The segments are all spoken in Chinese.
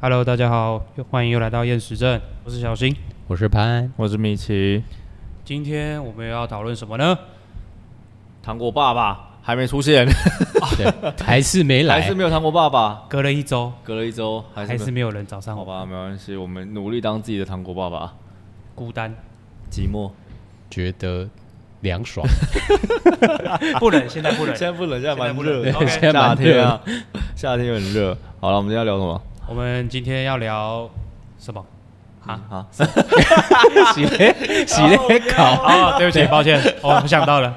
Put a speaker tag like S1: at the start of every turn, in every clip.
S1: Hello，大家好，又欢迎又来到厌食症，我是小新。
S2: 我是潘，
S3: 我是米奇，
S1: 今天我们又要讨论什么呢？
S3: 糖果爸爸还没出现，
S2: 对，还是没
S3: 还是
S2: 来，
S3: 没有糖果爸爸。
S1: 隔了一周，
S3: 隔了一周还是
S1: 还是
S3: 没
S1: 没有人哦找
S3: 有
S1: 上
S3: 好
S1: 我，
S3: 吧，没关系，我们努力当自己的糖果爸爸。
S1: 孤单，
S3: 寂寞，
S2: 觉得凉爽。
S1: 不冷，现在不冷
S3: 现。在不冷，现在蛮
S1: 现在
S3: 热
S1: 不冷
S3: 的，
S1: OK
S2: 现在
S3: 夏
S2: 蛮热
S3: 天
S2: 的
S3: 啊，夏天很热。好了，我们今天要聊什么？
S1: 我们今天要聊什 么？啊？
S3: 啊，
S2: 洗嘞洗嘞烤，
S1: 哦，对不起，抱 歉，哦我想到了，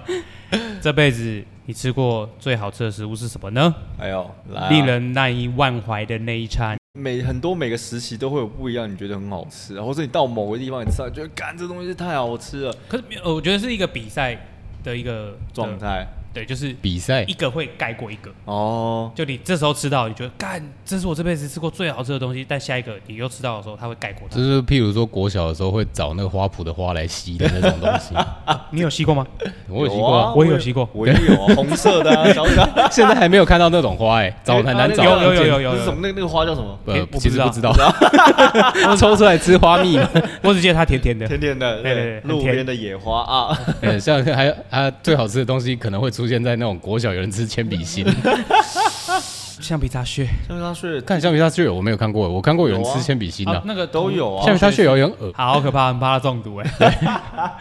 S1: 这辈子你吃过最好吃的食物是什么呢？
S3: 哎呦，来啊，
S1: 令人难以忘怀的那一餐。
S3: 每很多每个时期都会有不一样，你觉得很好吃，啊或者你到某个地方你吃到，你觉得干这东西太好吃了，
S1: 可是没有，呃我觉得是一个比赛的一个
S3: 状，态
S1: 对，就是
S2: 比赛
S1: 一个会盖过一个。
S3: 哦，
S1: 就你这时候吃到，你觉得干，这是我这辈子吃过最好吃的东西。但下一个你又吃到的时候，它会盖过
S2: 就
S1: 它。
S2: 是譬如说国小的时候会找那个花圃的花来吸的那种东西，
S1: 你有吸过吗？
S2: 我有吸
S3: 有啊
S2: 过
S1: 我也有吸过。
S3: 我也有啊红色的啊，小小
S2: 啊，现在还没有看到那种花哎，找很难找。
S1: 有有有有
S3: 不是什么啊那个那个花叫什么？
S1: 诶
S2: 呃
S1: 我，不
S2: 其实不
S1: 知
S2: 知道， 抽出来吃花蜜 嘛。
S1: 我只记得它甜甜 的。
S3: 甜甜的，
S1: 对对对
S3: 对，
S1: 很
S3: 路
S1: 甜
S3: 边的野 花啊，
S2: 呃，像还有啊，最好吃的东西可能会出现在那种国小有人吃铅笔芯，
S1: 橡皮擦 屑
S3: 像他睡
S2: 看橡皮擦屑我没有看过，我看过有人
S3: 有啊
S2: 吃铅笔芯
S1: 啊
S2: 的，，
S1: 那个
S3: 都有 啊
S2: 橡皮。擦屑有点恶
S1: 好可怕，很怕它中毒哎。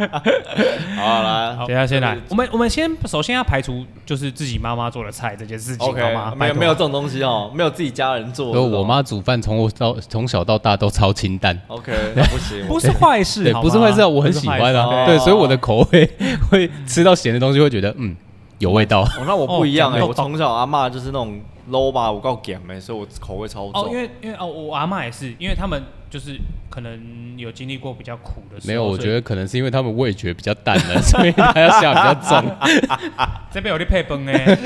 S3: 好啊来
S1: 等一下先来，我们我们先首先要排除就是自己妈妈做的菜这件事情，好吗？
S3: ，OK，没
S1: 拜
S3: 有
S1: 托
S3: 没有这种东西哦，没有自己家人做的
S2: 然
S3: 哦。
S2: 后我妈煮饭从我到从小到大都超清淡，
S3: OK，那不 行，
S1: 不是坏事，
S2: 对，
S1: 好吗
S2: 不是坏事啊，我很喜欢
S1: 不是坏事
S2: 啊，
S3: 哦
S2: 对，所以我的口味 会吃到咸的东西会觉得嗯有味道，
S3: 哦那我不一样
S1: 哦
S3: 哎，
S1: 讲
S3: 我从小阿妈就是那种 low 吧，我告减哎，所以我口味超
S1: 哦，因
S3: 重。
S1: 为因为哦，我阿嬷也是，因为他们就是可能有经历过比较苦的时候，
S2: 没有，我
S1: 所以
S2: 觉得可能是因为他们味觉比较淡了，所以他要下比较 重，
S1: 这边有啲配崩 哎，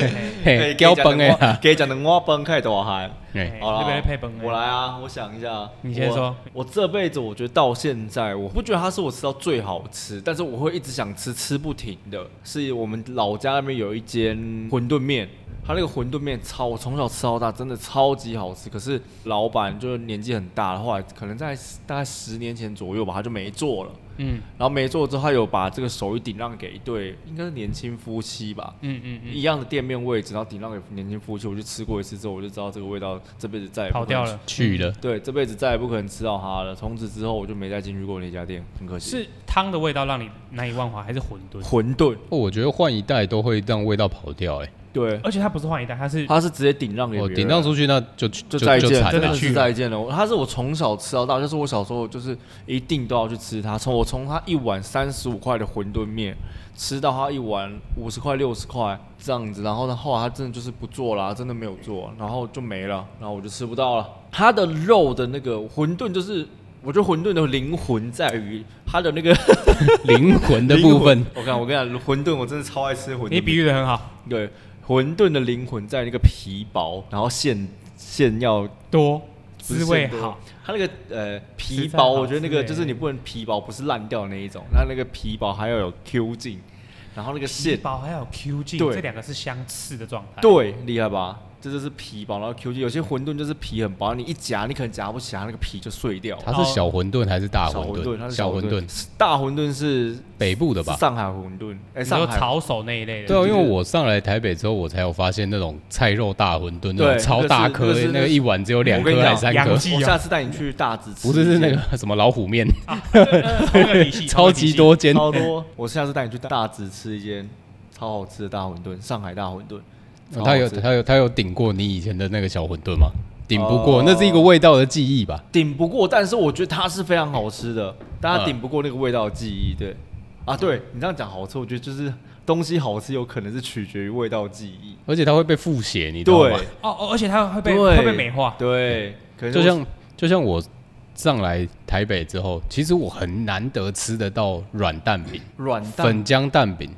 S2: 嘿，胶崩哎啊，
S3: 给讲的我崩开多喊。
S2: 嘿
S3: 好
S1: 那边
S3: 了
S1: 有配崩哎，
S3: 我来啊，我想一下。
S1: 你先说
S3: 我。我这辈子我觉得到现在，我不觉得它是我吃到最好吃，但是我会一直想吃，吃不停的。是我们老家那边有一间馄饨面，它那个馄饨面超，我从小吃到大，真的超级好吃。可是老板就是年纪很大了，后来可能在大概十年前左右吧，他就没做了。
S1: 嗯
S3: 然后没做之后，他有把这个手艺顶让给一对应该是年轻夫妻吧，
S1: 嗯嗯嗯，
S3: 一样的店面位置，然后顶让给年轻夫妻。我去吃过一次之后，我就知道这个味道这辈子再也不
S1: 跑
S3: 可
S1: 掉
S3: 能
S1: 了，
S2: 去了，
S3: 对，这辈子再也不可能吃到它了。从此之后，我就没再进去过那家店，很可惜。
S1: 是汤的味道让你难以忘怀，还是馄饨？
S3: 馄饨，
S2: 哦我觉得换一代都会让味道跑掉，哎，
S3: 对，
S1: 而且它不是换一代，它是
S3: 它是直接顶让给别
S2: 我
S3: 人，
S2: 顶上出去那就
S3: 就
S2: 就
S3: 再见，
S2: 惨
S3: 真
S2: 了
S3: 的
S1: 了，
S3: 是再见了。它是我从小吃到大，就是我小时候就是一定都要去吃它。从我从它一碗三十五块的馄饨面吃到它一碗五十块、六十块这样子，然后呢，后来它真的就是不做啦，真的没有做，然后就没了，然后我就吃不到了。它的肉的那个馄饨就是。我觉得馄饨的灵魂在于它的 那个
S2: 灵魂的部分
S3: 灵，魂。我看我跟你讲，馄饨我真的超爱吃馄饨。
S1: 你比喻的很好，
S3: 对馄饨的灵魂在那个皮薄，然后馅馅要
S1: 多
S3: 不
S1: 滋
S3: 是
S1: 味
S3: 馅多
S1: 好，。
S3: 它那个呃皮
S1: 实在好
S3: 薄，我觉得那
S1: 吃
S3: 个
S1: 欸
S3: 就是你不能皮薄不是烂掉那一种，它那个皮薄还要有 Q 劲，然后那个
S1: 细
S3: 馅
S1: 胞还有 Q 劲，
S3: 对
S1: 这两个是相似的状态。
S3: 对厉害吧？这就是皮薄，然后 Q 劲。有些馄饨就是皮很薄，你一夹你可能夹不起来，那个皮就碎掉了。
S2: 它是小馄饨还是大
S3: 小
S2: 馄
S3: 饨，它
S2: 饨？
S3: 是
S2: 小
S3: 小
S2: 馄饨，，
S3: 大馄饨是
S2: 北部的
S3: 是
S2: 吧？
S3: 上海馄饨，哎，
S1: 你说
S3: 上海
S1: 炒手那一类的，
S2: 对啊，
S3: 就是
S2: 因为我上来台北之后，我才有发现那种菜肉大馄饨，那
S3: 对
S2: 种超大颗
S3: 那个是，
S2: 那个一碗只有两
S3: 我跟
S2: 颗
S3: 你讲
S2: 还三
S1: 洋
S2: 颗，
S1: 基
S3: 我
S1: 哦
S3: 下次带你去大直吃
S2: 不
S3: 一间，
S2: 是是那个什么老虎面，
S1: 同一个体 系
S2: 超级，多间。
S3: 超多。我下次带你去大直吃一间超好吃的大馄饨，上海大馄饨。超好
S2: 他哦有
S3: 吃
S2: 他有他有顶过你以前的那个小馄饨吗？顶不过，
S3: 哦
S2: 那是一个味道的记忆吧。
S3: 顶不过，但是我觉得它是非常好吃的，但它
S2: 嗯
S3: 顶不过那个味道的记忆。对，啊，对你这样讲好吃，我觉得就是东西好吃有可能是取决于味道记忆。
S2: 而且它会被复写，你知道
S3: 对
S2: 吗？
S1: 哦哦，而且它会被
S3: 对
S1: 会被美化，
S3: 对，可能
S2: 就像就像我上来台北之后，其实我很难得吃得到软蛋饼、
S3: 软蛋
S2: 粉浆蛋饼。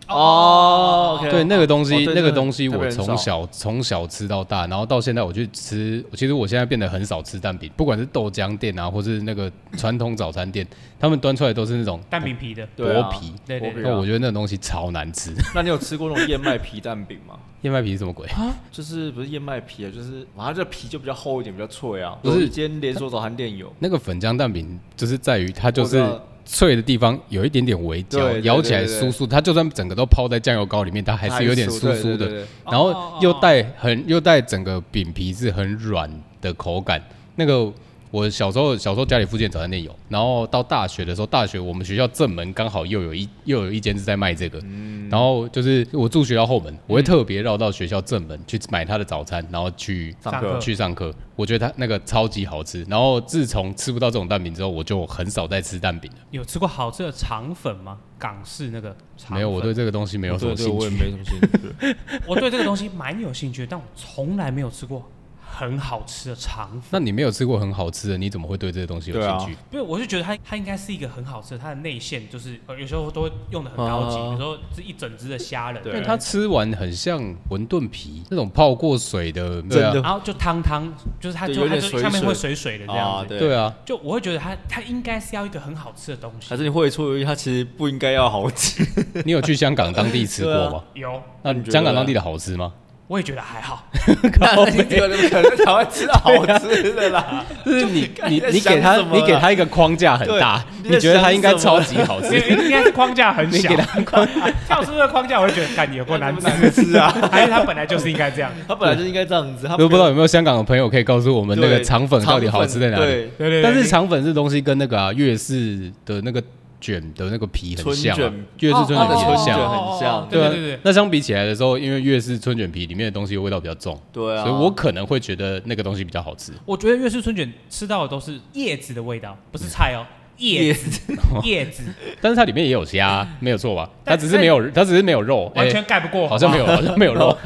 S3: 哦，OK，
S2: 对那个东西，
S3: 哦对
S2: 那个
S3: 真的
S2: 东西
S3: 特别
S2: 我
S3: 很
S2: 从
S3: 少
S2: 小从小吃到大，然后到现在我去吃，其实我现在变得很少吃蛋饼，不管是豆浆店啊，或是那个传统早餐店，他们端出来都是那种
S1: 蛋饼皮的
S3: 对啊
S2: 薄皮
S1: 对对
S3: 薄皮
S2: 那
S3: 啊
S2: 我觉得那个东西超难吃。
S3: 那你有吃过那种燕麦皮蛋饼吗？
S2: 燕麦皮是什么鬼？
S3: 啊就是不是燕麦皮啊，就是反正这皮就比较厚一点，比较脆啊。
S2: 不是
S3: 有一间连锁早餐店有，
S2: 那个粉浆蛋饼就是在于它就
S3: 我
S2: 是
S3: 知道
S2: 脆的地方有一点点微
S3: 对
S2: 焦，
S3: 对
S2: 咬起来
S3: 对对
S2: 酥酥，它就算整个都泡在酱油膏里面，它还是有点酥
S3: 对
S2: 酥
S3: 对
S2: 的，
S3: 对对
S2: 然后又带很又带整个饼皮是很软的口感。那个我小时候小时候家里附近的早餐店有，然后到大学的时候，大学我们学校正门刚好又有一又有一间是在卖这个，
S3: 嗯
S2: 然后就是我住学校后门，我会特别绕到学校正门去买他的早餐，然后去
S1: 上课
S2: 去上课，我觉得它那个超级好吃。然后自从吃不到这种蛋饼之后，我就很少再吃蛋饼了。
S1: 有吃过好吃的肠粉吗？港式那个肠粉
S2: 没有，我对这个东西没有什么
S3: 对对
S2: 兴
S3: 我也
S2: 趣。
S3: 没什么兴趣。
S1: 我对这个东西蛮有兴趣的，但我从来没有吃过很好吃的肠粉。
S2: 那你没有吃过很好吃的，你怎么会对这个东西有兴
S3: 啊
S2: 趣？
S1: 不是，我就觉得它它应该是一个很好吃的，它的内馅就是呃有时候都会用的很高级，
S3: 哦
S1: 有时候是一整只的虾仁，
S3: 对
S2: 因为它吃完很像馄饨皮那种泡过水的，对啊
S3: 真的，
S1: 然后就汤汤，就是它
S3: 对
S1: 就
S3: 有
S1: 它
S3: 点
S1: 就
S3: 水
S1: 下面
S3: 水
S1: 会水水的这样
S3: 啊，
S1: 子，
S2: 对
S3: 啊，
S2: 啊，
S1: 就我会觉得它它应该是要一个很好吃的东西
S3: 还。是你会出于它其实不应该要好吃。
S2: 你有去香港当地吃过
S3: 啊
S2: 吗？
S1: 有，
S2: 那
S3: 你觉得
S2: 香港当地的好吃吗？
S3: 啊
S1: 我也觉得还好。
S3: 那你这个可能台湾吃到好吃的啦。
S2: 就是你你
S3: 在
S2: 你
S3: 想
S2: 给他
S3: 什么
S2: 你给
S3: 啦
S2: 他一个框架很大，
S3: 对你在
S2: 你觉得他应该
S3: 想什么
S2: 超
S3: 啦
S2: 级好
S1: 因
S2: 吃。
S1: 为应该是框架很
S2: 你
S1: 小
S2: 给，
S1: 跳出这个框架，我就觉得，看你有够难吃，
S3: 吃啊！
S1: 还是它本来就是应该这样。
S3: 它本来就应该这样子，它
S2: 都不知道有没有香港的朋友可以告诉我们那个
S3: 对
S2: 肠粉到底好吃在哪里？
S3: 对，
S1: 对对对，
S2: 但是
S1: 你
S2: 肠粉这东西跟那个啊粤式的那个卷的那个皮很像、
S3: 春
S2: 啊
S3: 卷，
S2: 粤式春卷
S3: 的
S2: 皮
S3: 哦哦
S2: 很
S3: 哦
S2: 像、
S3: 哦哦很像
S1: 对
S2: 啊
S1: 对对对。
S2: 那相比起来的时候，因为粤式春卷皮里面的东西味道比较重，
S3: 对啊
S2: 所以我可能会觉得那个东西比较好吃。
S1: 我觉得粤式春卷吃到的都是叶子的味道，不是菜哦，叶
S3: 叶
S1: 子 叶子
S2: 但是它里面也有虾、 没有错吧？它
S1: 但
S2: 只是没有，它只是没有肉，
S1: 完
S2: 哎
S1: 全盖不过，
S2: 好像没 有，好像没有肉。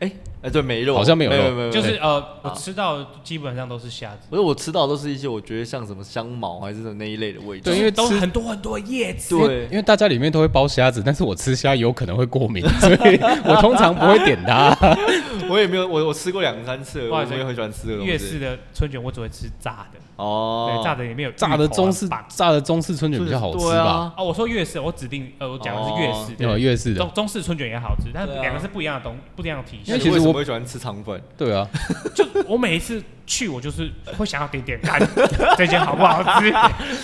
S3: 哎哎，对，没肉，
S2: 好像没有肉
S3: 没有没有，
S1: 不好。就是呃，我吃到基本上都是虾子，
S3: 不是我吃到都是一些我觉得像什么香茅还是什么那一类的味道
S2: 对。因为
S1: 都
S2: 吃
S1: 很多很多叶子。
S2: 因为
S3: 对
S2: 因为大家里面都会包虾子，但是我吃虾有可能会过敏，所以我通常不会点它。
S3: 我也没有，我我吃过两三次了，
S1: 不好
S3: 我
S1: 意思
S3: 没有很喜欢吃这个东西。
S1: 粤式的春卷我只会吃炸的，
S3: 哦
S1: 对，，炸的里面有
S2: 炸的
S1: 芋头啊
S2: 中式
S1: 棒
S2: 炸的中式春卷比较好吃
S3: 对
S2: 吧？
S3: 啊？
S1: 哦，我说粤式，我指定呃，我讲的
S2: 哦
S1: 是粤式，
S2: 有
S1: 对，
S2: 粤式的
S1: 中，中式春卷也好吃，但是
S3: 对啊
S1: 两个是不一样的东，不一样的体
S2: 因
S1: 系
S2: 为
S3: 那。
S2: 其实
S3: 你为什
S2: 我
S3: 么会喜欢吃肠粉？
S2: 对啊。
S1: 就我每一次去，我就是会想要点点看 这间好不好 吃。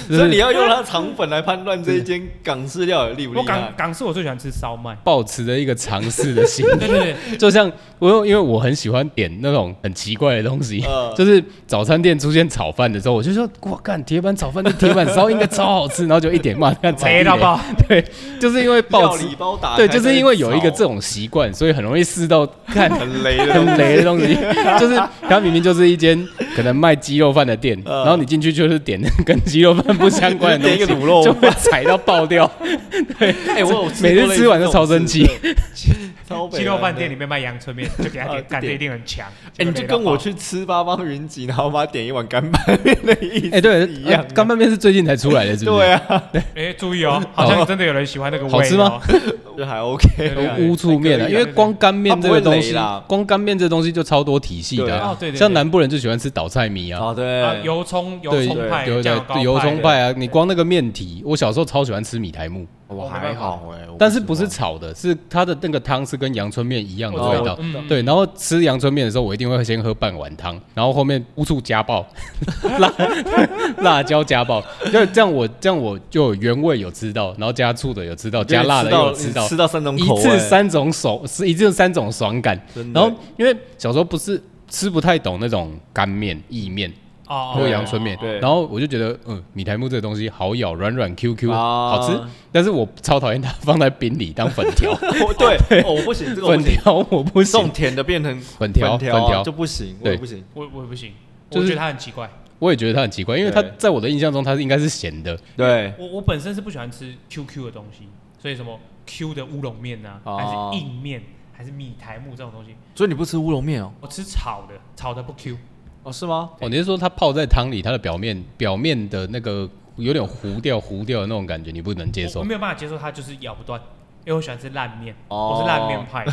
S2: 就是
S3: 所以你要用它的肠粉来判断这一间港式料理厉不
S1: 我
S3: 厉
S1: 港
S2: 啊
S3: 害？
S1: 港式我最喜欢吃烧麦，
S2: 保持着一个尝试的 心，
S1: 对对 对，
S2: 就像我有因为我很喜欢点那种很奇怪的东西，
S3: 嗯
S2: 就是早餐店出现炒饭的时候，我就说哇，干铁板炒饭的铁板烧应该超好吃，然后就一点嘛，看踩
S1: 贼
S2: 地雷
S1: 到爆。
S2: 对，就是因为
S3: 料
S2: 保持
S3: 理包打
S2: 对，
S3: 开
S2: 就是因为有一个这
S3: 在
S2: 种习惯，所以很容易试到 看
S3: 炒很雷的东西，
S2: 很雷的东 西，就是它明明就是一间可能卖鸡肉饭的店，
S3: 嗯
S2: 然后你进去就是点跟鸡肉饭不相关的东西，
S3: 点一个卤肉
S2: 就会踩到爆掉，
S3: 哎，我有吃
S2: 每
S3: 过
S2: 次吃完都超生气
S3: 类似这种事， 超北
S1: 鸡
S3: 蓝的
S1: 肉饭店里。面卖洋春面，就给他 点
S2: 哦
S3: 啊
S1: 干，
S3: 对
S1: 这一定很强。
S3: 哎，你就跟我去吃八方云集，然后把它点一碗干拌面的意思
S2: 哎，对，
S3: 一样
S2: 呃。干拌面是最近才出来的，是不是？
S3: 对啊，
S1: 哎，注意哦，好像真的有人喜欢那个味哦。
S2: 好吃吗
S3: 就还 OK。
S1: 对啊
S2: 乌醋面啊，
S1: 还可以啊
S2: 因为光干面这个东
S3: 它不会
S2: 西
S3: 雷啦，
S2: 光干面这东西就超多体系的啊、
S3: 对啊
S1: 哦对对对
S2: 像南部人就喜欢吃倒菜米啊，
S3: 哦，
S1: 啊
S3: 对，
S1: 油葱油
S2: 对
S1: 葱派
S2: 对
S1: 酱
S2: 对，油葱派啊，你光那个面体，我小时候超喜欢吃米苔木，
S3: 我还好哎，我
S2: 但是不
S3: 知
S2: 是
S3: 道
S2: 炒的，是它的那个汤是跟阳春面一样的
S3: 哦
S1: 我
S2: 味
S1: 知
S2: 道
S1: 道。嗯
S2: 对，然后吃阳春面的时候，我一定会先喝半碗汤，然后后面乌醋加爆， 辣辣椒加爆，就这样我这样我就有原味有吃到，然后加醋的有吃到，加辣的也有
S3: 你
S2: 吃
S3: 吃
S2: 到
S3: 到，吃到三种
S2: 一
S3: 口味，嗯
S2: 次三种爽，是一次三种爽感。
S3: 真的
S2: 然后因为小时候不是吃不太懂那种干面、意面
S1: 哦，
S2: 或
S3: 对
S2: 阳春面，
S3: 对
S2: 然后我就觉得，嗯，米苔木这个东西好咬，软软 Q Q，
S3: 啊
S2: 好吃。但是我超讨厌它放在冰里当粉条，
S3: 我对， 哦，我不行， 这个我
S2: 粉
S3: 不行，
S2: 条我不
S3: 这种
S2: 行。
S3: 甜的变成
S2: 粉条
S3: 粉条
S2: 粉条
S3: 啊就不行，我
S2: 对
S3: 也不行。
S1: 哦我我也不行，
S2: 就
S1: 我
S2: 是
S1: 觉得它很奇怪。
S2: 我也觉得它很奇怪，因为它
S3: 对
S2: 在我的印象中它是应该是咸的，
S3: 对，
S1: 我我本身是不喜欢吃 QQ 的东西，所以什么 Q 的乌龙面啊，
S3: 哦
S1: 还是硬面，还是米苔木这种东西，
S3: 所以你不吃乌龙面哦？
S1: 我吃炒的，炒的不 Q。
S3: 哦，是吗？
S2: 哦，你是说它泡在汤里，它的表面表面的那个有点糊掉糊掉的那种感觉，你不能接
S1: 我
S2: 受
S1: 我。没有办法接受它就是咬不断，因为我喜欢吃烂面，
S3: 哦
S1: 我是烂面 派。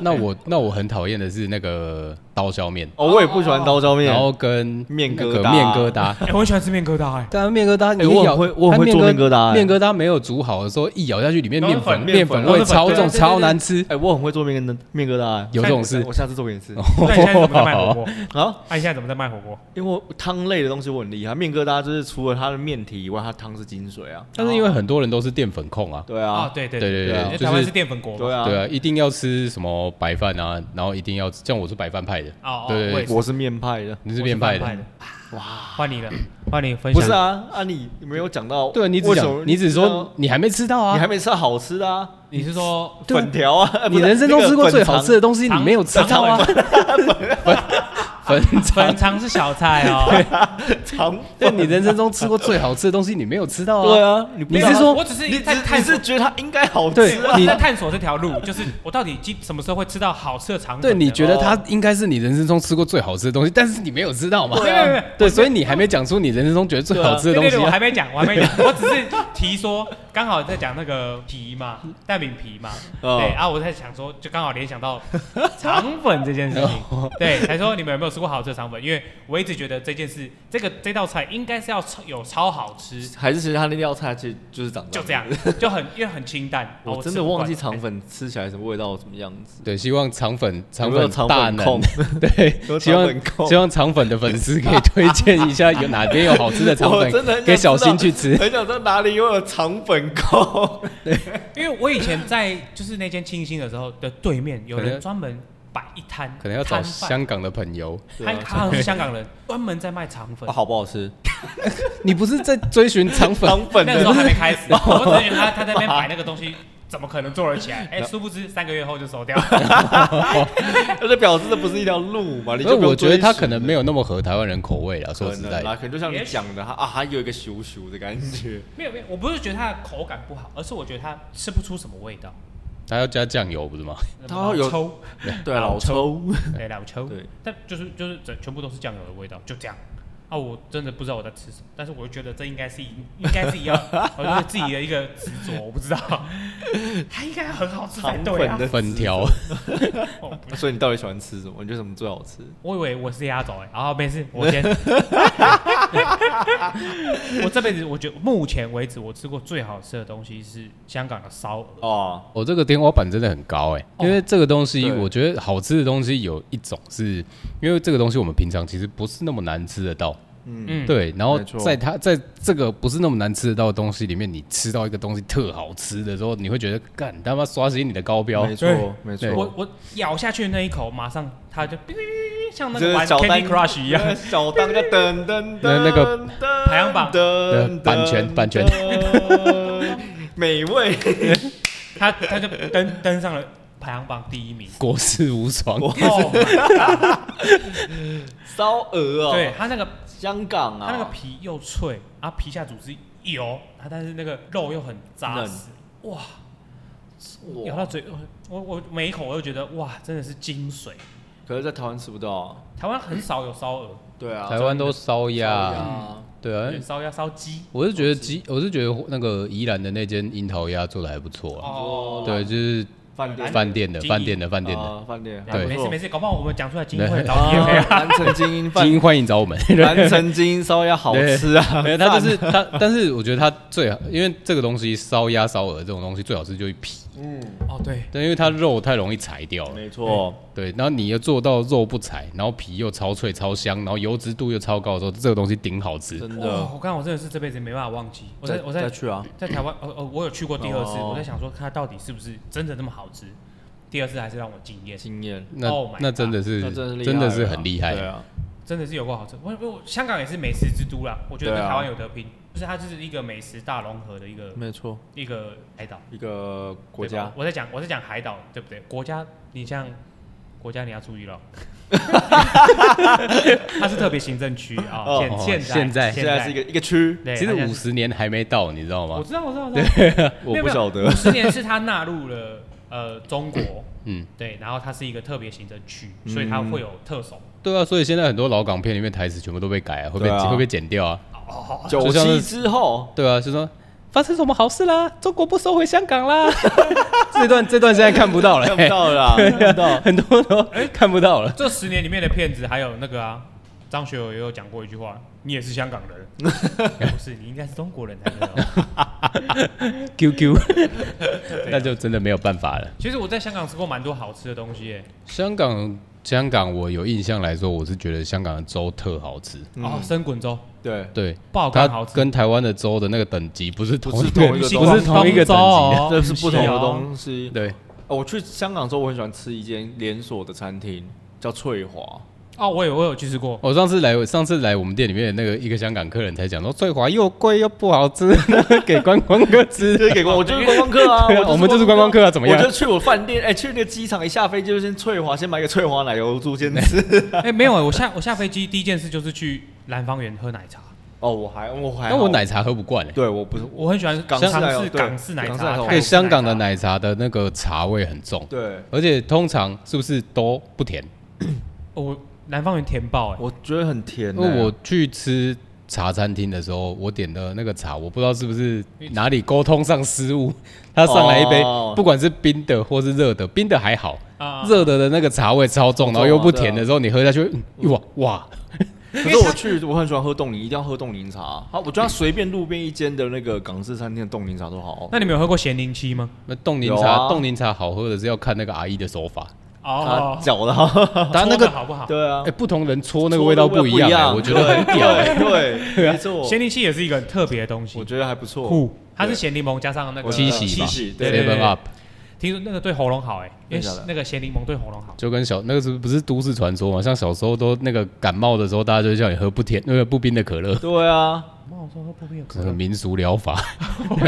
S2: 那我那我很讨厌的是那个刀削面，
S3: 哦，我也不喜欢刀削面
S2: 然。后跟
S3: 面
S2: 那
S3: 疙
S2: 个
S3: 瘩
S2: 哦面疙瘩，
S1: 哎、我很喜欢吃面疙瘩、 哎，
S2: 但面疙瘩你
S3: 欸我很
S2: 咬，
S3: 会我很
S2: 它
S3: 会做面疙瘩欸
S2: 面疙瘩没有煮好的时候，一咬下去里面
S1: 都是
S2: 面粉
S1: 粉
S2: 面
S3: 面
S2: 粉
S3: 粉
S2: 味
S1: 都是粉
S2: 超
S1: 对
S2: 重，
S1: 对对
S2: 超
S1: 对
S2: 难吃。
S3: 哎，我很会做面跟面疙瘩，啊哎
S2: 有这种事哦
S3: 我下次做给你吃
S1: 那你现在怎么在卖火锅？
S3: 啊！
S1: 那、你现在怎么在卖火锅？
S3: 因为我汤类的东西我很厉害，面疙瘩就是除了它的面体以外，它汤是精髓啊。
S2: 但是因为很多人都是淀粉控啊，
S3: 对
S1: 啊，
S3: 啊，
S1: 对对
S2: 对对
S1: 因
S3: 对啊
S1: 为
S2: 就
S1: 台湾
S2: 是
S1: 是淀粉国嘛。
S3: 对啊，
S2: 对啊，一定要吃什么白饭啊，然后一定要像我是白饭派的，
S1: 哦哦，
S2: 对对对
S1: 我也是
S3: 我是面派的。
S2: 你是面派
S1: 我是
S2: 的，
S1: 的。
S3: 哇，
S1: 换 你了，换你分
S3: 不
S1: 享。
S3: 是啊，啊你你没有讲到，
S2: 对啊你只
S3: 为什么
S2: 讲，你只
S3: 知道
S2: 说你还没吃到
S3: 你还
S2: 啊，
S3: 没吃到好吃的啊，
S1: 你是说
S2: 对啊
S3: 粉条啊，哎
S2: 你人生中吃过最好吃。的东西，你
S1: 肠
S2: 没有吃
S1: 肠
S2: 到啊， 粉肠
S1: 粉。肠是小菜 哦？
S3: 不是那个粉肠肠
S2: 对，你人生中吃过最好吃的东西，你没有吃到啊。
S3: 对啊，你不
S2: 你
S3: 知道
S2: 是
S1: 没有
S2: 说
S1: 我只是
S3: 你只
S1: 在
S3: 你
S1: 探索
S3: 是，觉得它应该好
S2: 对
S3: 吃
S1: 我
S3: 啊
S1: 只
S2: 你
S1: 是在探索这条路，就是我到底今什么时候会吃到好吃的肠粉呢？
S2: 对，你觉得它应该是你人生中吃过最好吃的东西，但是你没有吃到嘛？
S1: 没有没有没有
S2: 对，所以你还没讲出你人生中觉得最好吃的东
S1: 对对
S2: 西
S1: 对，我
S2: 啊。
S1: 还没讲，我还 没讲，我只是提说，刚好在讲那个皮 嘛，蛋饼皮嘛，
S3: 哦
S1: 对，啊，我在想说，就刚好联想到肠粉这件事
S2: 哦
S1: 情，对，才说你们有没有吃过好吃的肠粉？因为我一直觉得这件事，这个这道菜应该是要超有超好吃，
S3: 还是其实它那道菜其实就是长
S1: 就这 样，就很因为很清淡，
S3: 我
S1: 啊
S3: 真
S1: 吃
S3: 的
S1: 不惯
S3: 忘
S2: 欸
S3: 记肠粉吃起来什么味道，什么样子。
S2: 对，希望肠粉肠
S3: 有没有
S2: 粉
S3: 肠
S2: 大
S3: 粉
S2: 能
S3: 控，，
S2: 对，
S3: 有
S2: 希
S3: 肠粉
S2: 望
S3: 控
S2: 希望肠粉的粉丝可以推荐一下有哪边有好吃的肠
S3: 我真的
S2: 粉
S3: 很想
S2: 给小新去
S3: 知
S2: 吃
S3: 道。很想知道哪里有肠粉控。
S1: 因为我以前在就是那间清新的时候的对面，有人专门摆一摊，
S2: 可能要找
S1: 摊贩
S2: 香港的朋友。
S1: 他他好像是香港人，专门在卖肠粉。
S3: 啊哦好不好 吃？
S2: 你不是在追寻肠粉？
S3: 肠 粉
S1: 那个时
S3: 的
S1: 候还没开始，
S3: 哦
S1: 我只是觉得他他在那边摆那个东西，怎么可能做得起来？ 哎，殊不知三个月后就收掉。
S3: 那就表示这不是一条路嘛？你
S2: 所以
S3: 就
S2: 我觉得他可能没
S3: 有
S2: 有那么合台湾人口味了。说
S3: 可
S2: 实在
S3: 能啦，
S2: 的，
S3: 可能就像你讲的，它啊，它有一个咻咻的感 觉。
S1: 没有没有，我不是觉得它的口感不好，而是我觉得它吃不出什么味道。
S2: 他要加酱油不是 吗？
S3: 它有
S1: 老抽，
S2: 啊
S3: 对，啊老 抽，
S1: 对老抽，
S3: 对，
S1: 但就是就是整全部都是酱油的味道，就这样。啊，我真的不知道我在吃什么，但是我又觉得这应该是一应该是一 样，我觉得自己的一个执着，我不知道，它应该很好吃才
S3: 肠
S1: 对
S3: 粉
S1: 啊
S3: 的。
S2: 粉条，
S1: 哦不
S3: 所以你到底喜欢吃什么？你觉得什么最好吃？
S1: 我以为我是压轴哎，然后没事，我 先。我这辈子我觉得目前为止我吃过最好吃的东西是香港的烧鹅，
S3: 哦，
S2: 我、这个天花板真的很高哎、
S1: 哦
S2: 因为这个东西，
S3: 对
S2: 我觉得好吃的东西有一种是，因为这个东西我们平常其实不是那么难吃得到，
S3: 嗯，
S1: 嗯，，
S2: 对。然后
S3: 没错
S2: 在它在这个不是那么难吃得到的东西里面，你吃到一个东西特好吃的时候，你会觉得干他妈刷新你的高标
S3: 没，错，没错。
S1: 我我咬下去的那一口，马上它就哔哔哔哔像那
S3: 就
S1: 个
S3: 是
S1: 玩
S3: 小单
S1: Candy Crush 一样，
S3: 那个小当个噔噔噔，
S2: 那那个
S1: 排行榜
S2: 呃
S3: 的
S2: 版权版权，
S3: 噔 美味，
S1: 它它就登登上了排行榜第一 名。
S2: 国士无双。
S3: Oh
S1: 哦，
S3: 烧鹅哦，
S1: 对，它那个
S3: 香港啊，
S1: 它那个皮又脆，啊皮下组织油，它但是那个肉又很扎
S3: 嫩
S1: 实，哇，
S3: 哇
S1: 咬到嘴，我我每一口我都觉得哇，真的是精髓。
S3: 可是在台湾吃不到啊。
S1: 台湾很少有烧鹅，
S3: 对啊，
S2: 台湾都烧
S3: 烧
S2: 鸭，
S3: 啊
S2: 对啊，
S1: 有烧鸭、烧鸡。
S2: 我是
S3: 哦
S2: 觉得鸡，我是觉得那个宜兰的那间樱桃鸭做的还不
S3: 哎
S2: 错啊。
S1: 哦，
S2: 对，就是
S3: 饭店
S2: 饭店的，
S1: 精英
S2: 饭店的，饭店的。
S3: 啊饭店，
S2: 对
S1: 没事没
S3: 事。
S1: 事，搞不好我们讲出来今天
S2: 对
S1: 会找你
S3: 啊，南城精 英饭
S2: 精，英欢迎找我们。
S3: 南城精英烧鸭好吃 啊，
S2: 没有，它就是它，但是我觉得它最好，因为这个东西烧鸭、烧鹅这种东西最好吃就是皮，
S3: 嗯，
S1: 哦，对，
S2: 但因为它肉太容易柴掉了。
S3: 没错，
S2: 对，然后你又做到肉不柴，然后皮又超脆、超香，然后油脂度又超高的时候，这个东西顶好吃。
S3: 真
S1: 哇
S3: 的。
S1: 我刚刚我真的是这辈子没办法忘记，我
S3: 再
S1: 在我
S3: 再
S1: 在
S3: 去啊，
S1: 在台湾，哦哦，我有去过第二次，
S3: 哦
S1: 我在想说它到底是不是真的那么好吃，第二次还是让我惊艳，
S3: 经验，
S2: 那
S1: Oh my
S2: 那真的是
S3: 那真的是厉害
S2: 真的是
S3: 了
S2: 很厉害
S3: 对。啊，
S1: 真的是有够好吃。我我香港也是美食之都啦，我觉得
S3: 对
S1: 跟
S3: 啊
S1: 台湾有得拼，就是它就是一个美食大融合的一个
S3: 没错，
S1: 一个海岛
S3: 一个国
S1: 对
S3: 家
S1: 吧，我在讲我在讲海岛，对不对？国家，你像国家你要注意 了，它是特别行政区啊，
S3: 哦
S1: 现
S2: 哦
S1: 现
S2: 现在
S1: 现
S3: 现在是一个一个区，
S1: 对，
S2: 其实
S1: 它现在
S2: 五十年还没到，你知道
S1: 我
S2: 吗？
S1: 知道我知道我知道，
S3: 我不晓
S1: 五
S3: 得，
S1: 十年是它纳入了呃中国，
S2: 嗯，
S1: 对，然后它是一个特别行政区，
S3: 嗯
S1: 所以它会有特首。
S2: 对啊，所以现在很多老港片里面台词全部都被改啊，会被
S3: 对啊
S2: 会被剪掉啊。
S1: 哦
S3: 哦
S2: 就
S3: 九
S2: 像是
S3: 七之后，
S2: 对啊，就说发生什么好事啦？中国不收回香港 啦！这段这段现在看不到了、哎
S3: 看不到哎了 啦，看不到。
S2: 很多都看不到了。
S1: 这十年里面的骗子，还有那个啊，张学友也有讲过一句话：“你也是香港人， 不是你应该是中国人才对哦。
S2: QQ，
S1: 对啊
S2: 那就真的没有办法了。”
S1: 其实我在香港吃过蛮多好吃的东西耶，
S2: 香港，香港，我有印象来说，我是觉得香港的粥特好吃。
S3: 嗯
S1: 哦，生滚粥
S3: 对，
S2: 对，
S1: 不好看，
S2: 它
S1: 好吃。
S2: 跟台湾的粥的那个等级不是同
S3: 不是
S2: 个
S3: 同一个
S1: 星
S3: 东西
S2: 不是同一个
S1: 光粥
S2: 等级
S1: 哦，
S3: 这是不同的
S1: 西。
S3: 东 西。
S2: 对，
S3: 哦，我去香港之后，我很喜欢吃一间连锁的餐厅，叫翠华。
S1: 哦，我有我有去吃过，
S2: 我上次来，上次来我们店里面的那个一个香港客人才讲说，翠华又贵又不好吃， 给观光客吃。
S3: 这给我，我就是观光客 啊
S2: 对啊，我们就是观光客啊怎么样
S3: 我就去我饭店，哎，去那个机场一下飞机就先翠华，先买个翠华奶油猪先 吃。
S1: 哎，没有哎，我下我下飞机第一件事就是去兰芳园喝奶茶，
S3: 哦，我还我还好，
S2: 那我奶茶喝不惯哎、
S3: 对我不是我
S1: 我很喜欢
S3: 港
S1: 尝
S3: 式奶油
S1: 试
S3: 对
S1: 港式奶
S3: 港式
S1: 茶
S3: 奶茶，
S1: 泰
S3: 我
S1: 式
S2: 而且香港的
S1: 茶
S2: 奶茶的那个茶味很重，
S3: 对，
S2: 而且通常是不是都不甜？
S1: 哦我南方人甜爆哎，
S3: 我觉得很甜
S2: 因
S3: 欸。
S2: 为我去吃茶餐厅的时候，我点的那个茶，我不知道是不是哪里沟通上失误， 他上来一杯
S3: 哦，
S2: 不管是冰的或是热的，冰的还好，
S1: 啊，
S2: 热的的那个茶味超重，
S3: 超重啊啊
S2: 然后又不甜的时候，你喝下去，嗯 哇哇，
S3: 可是我去，我很喜欢喝冻柠，一定要喝冻柠茶。好，我觉得随便路边一间的那个港式餐厅的冻柠茶都好。
S1: 那你们有喝过咸柠七吗？
S2: 那冻柠
S3: 有
S2: 茶，
S3: 啊
S2: 冻柠茶好喝的是要看那个阿姨的手法，
S1: 哦
S3: 他，搅的哈，
S2: 他那个
S1: 搓得好不好？
S3: 对啊
S2: 哎，，不同人搓那个味道不一样哎，我觉得很屌哎，
S3: 对对，对没错，
S1: 咸柠七也是一个很特别的东西
S3: 我，觉得还不错。
S1: 酷，它是咸柠檬加上那个
S3: 我
S2: 七
S3: 喜
S2: 喜吧
S3: 七喜对
S1: 对对
S2: ，seven up，
S1: 听说那个对喉咙好哎，因为
S3: 真的假的
S1: 那个咸柠檬对喉咙好。
S2: 就跟小那个是不是都市传说嘛？像小时候都那个感冒的时候，大家就会叫你喝不甜那个不冰的可乐，
S3: 对啊，
S1: 妈，我说喝不冰有可
S2: 这个
S1: 乐，
S2: 民俗疗法。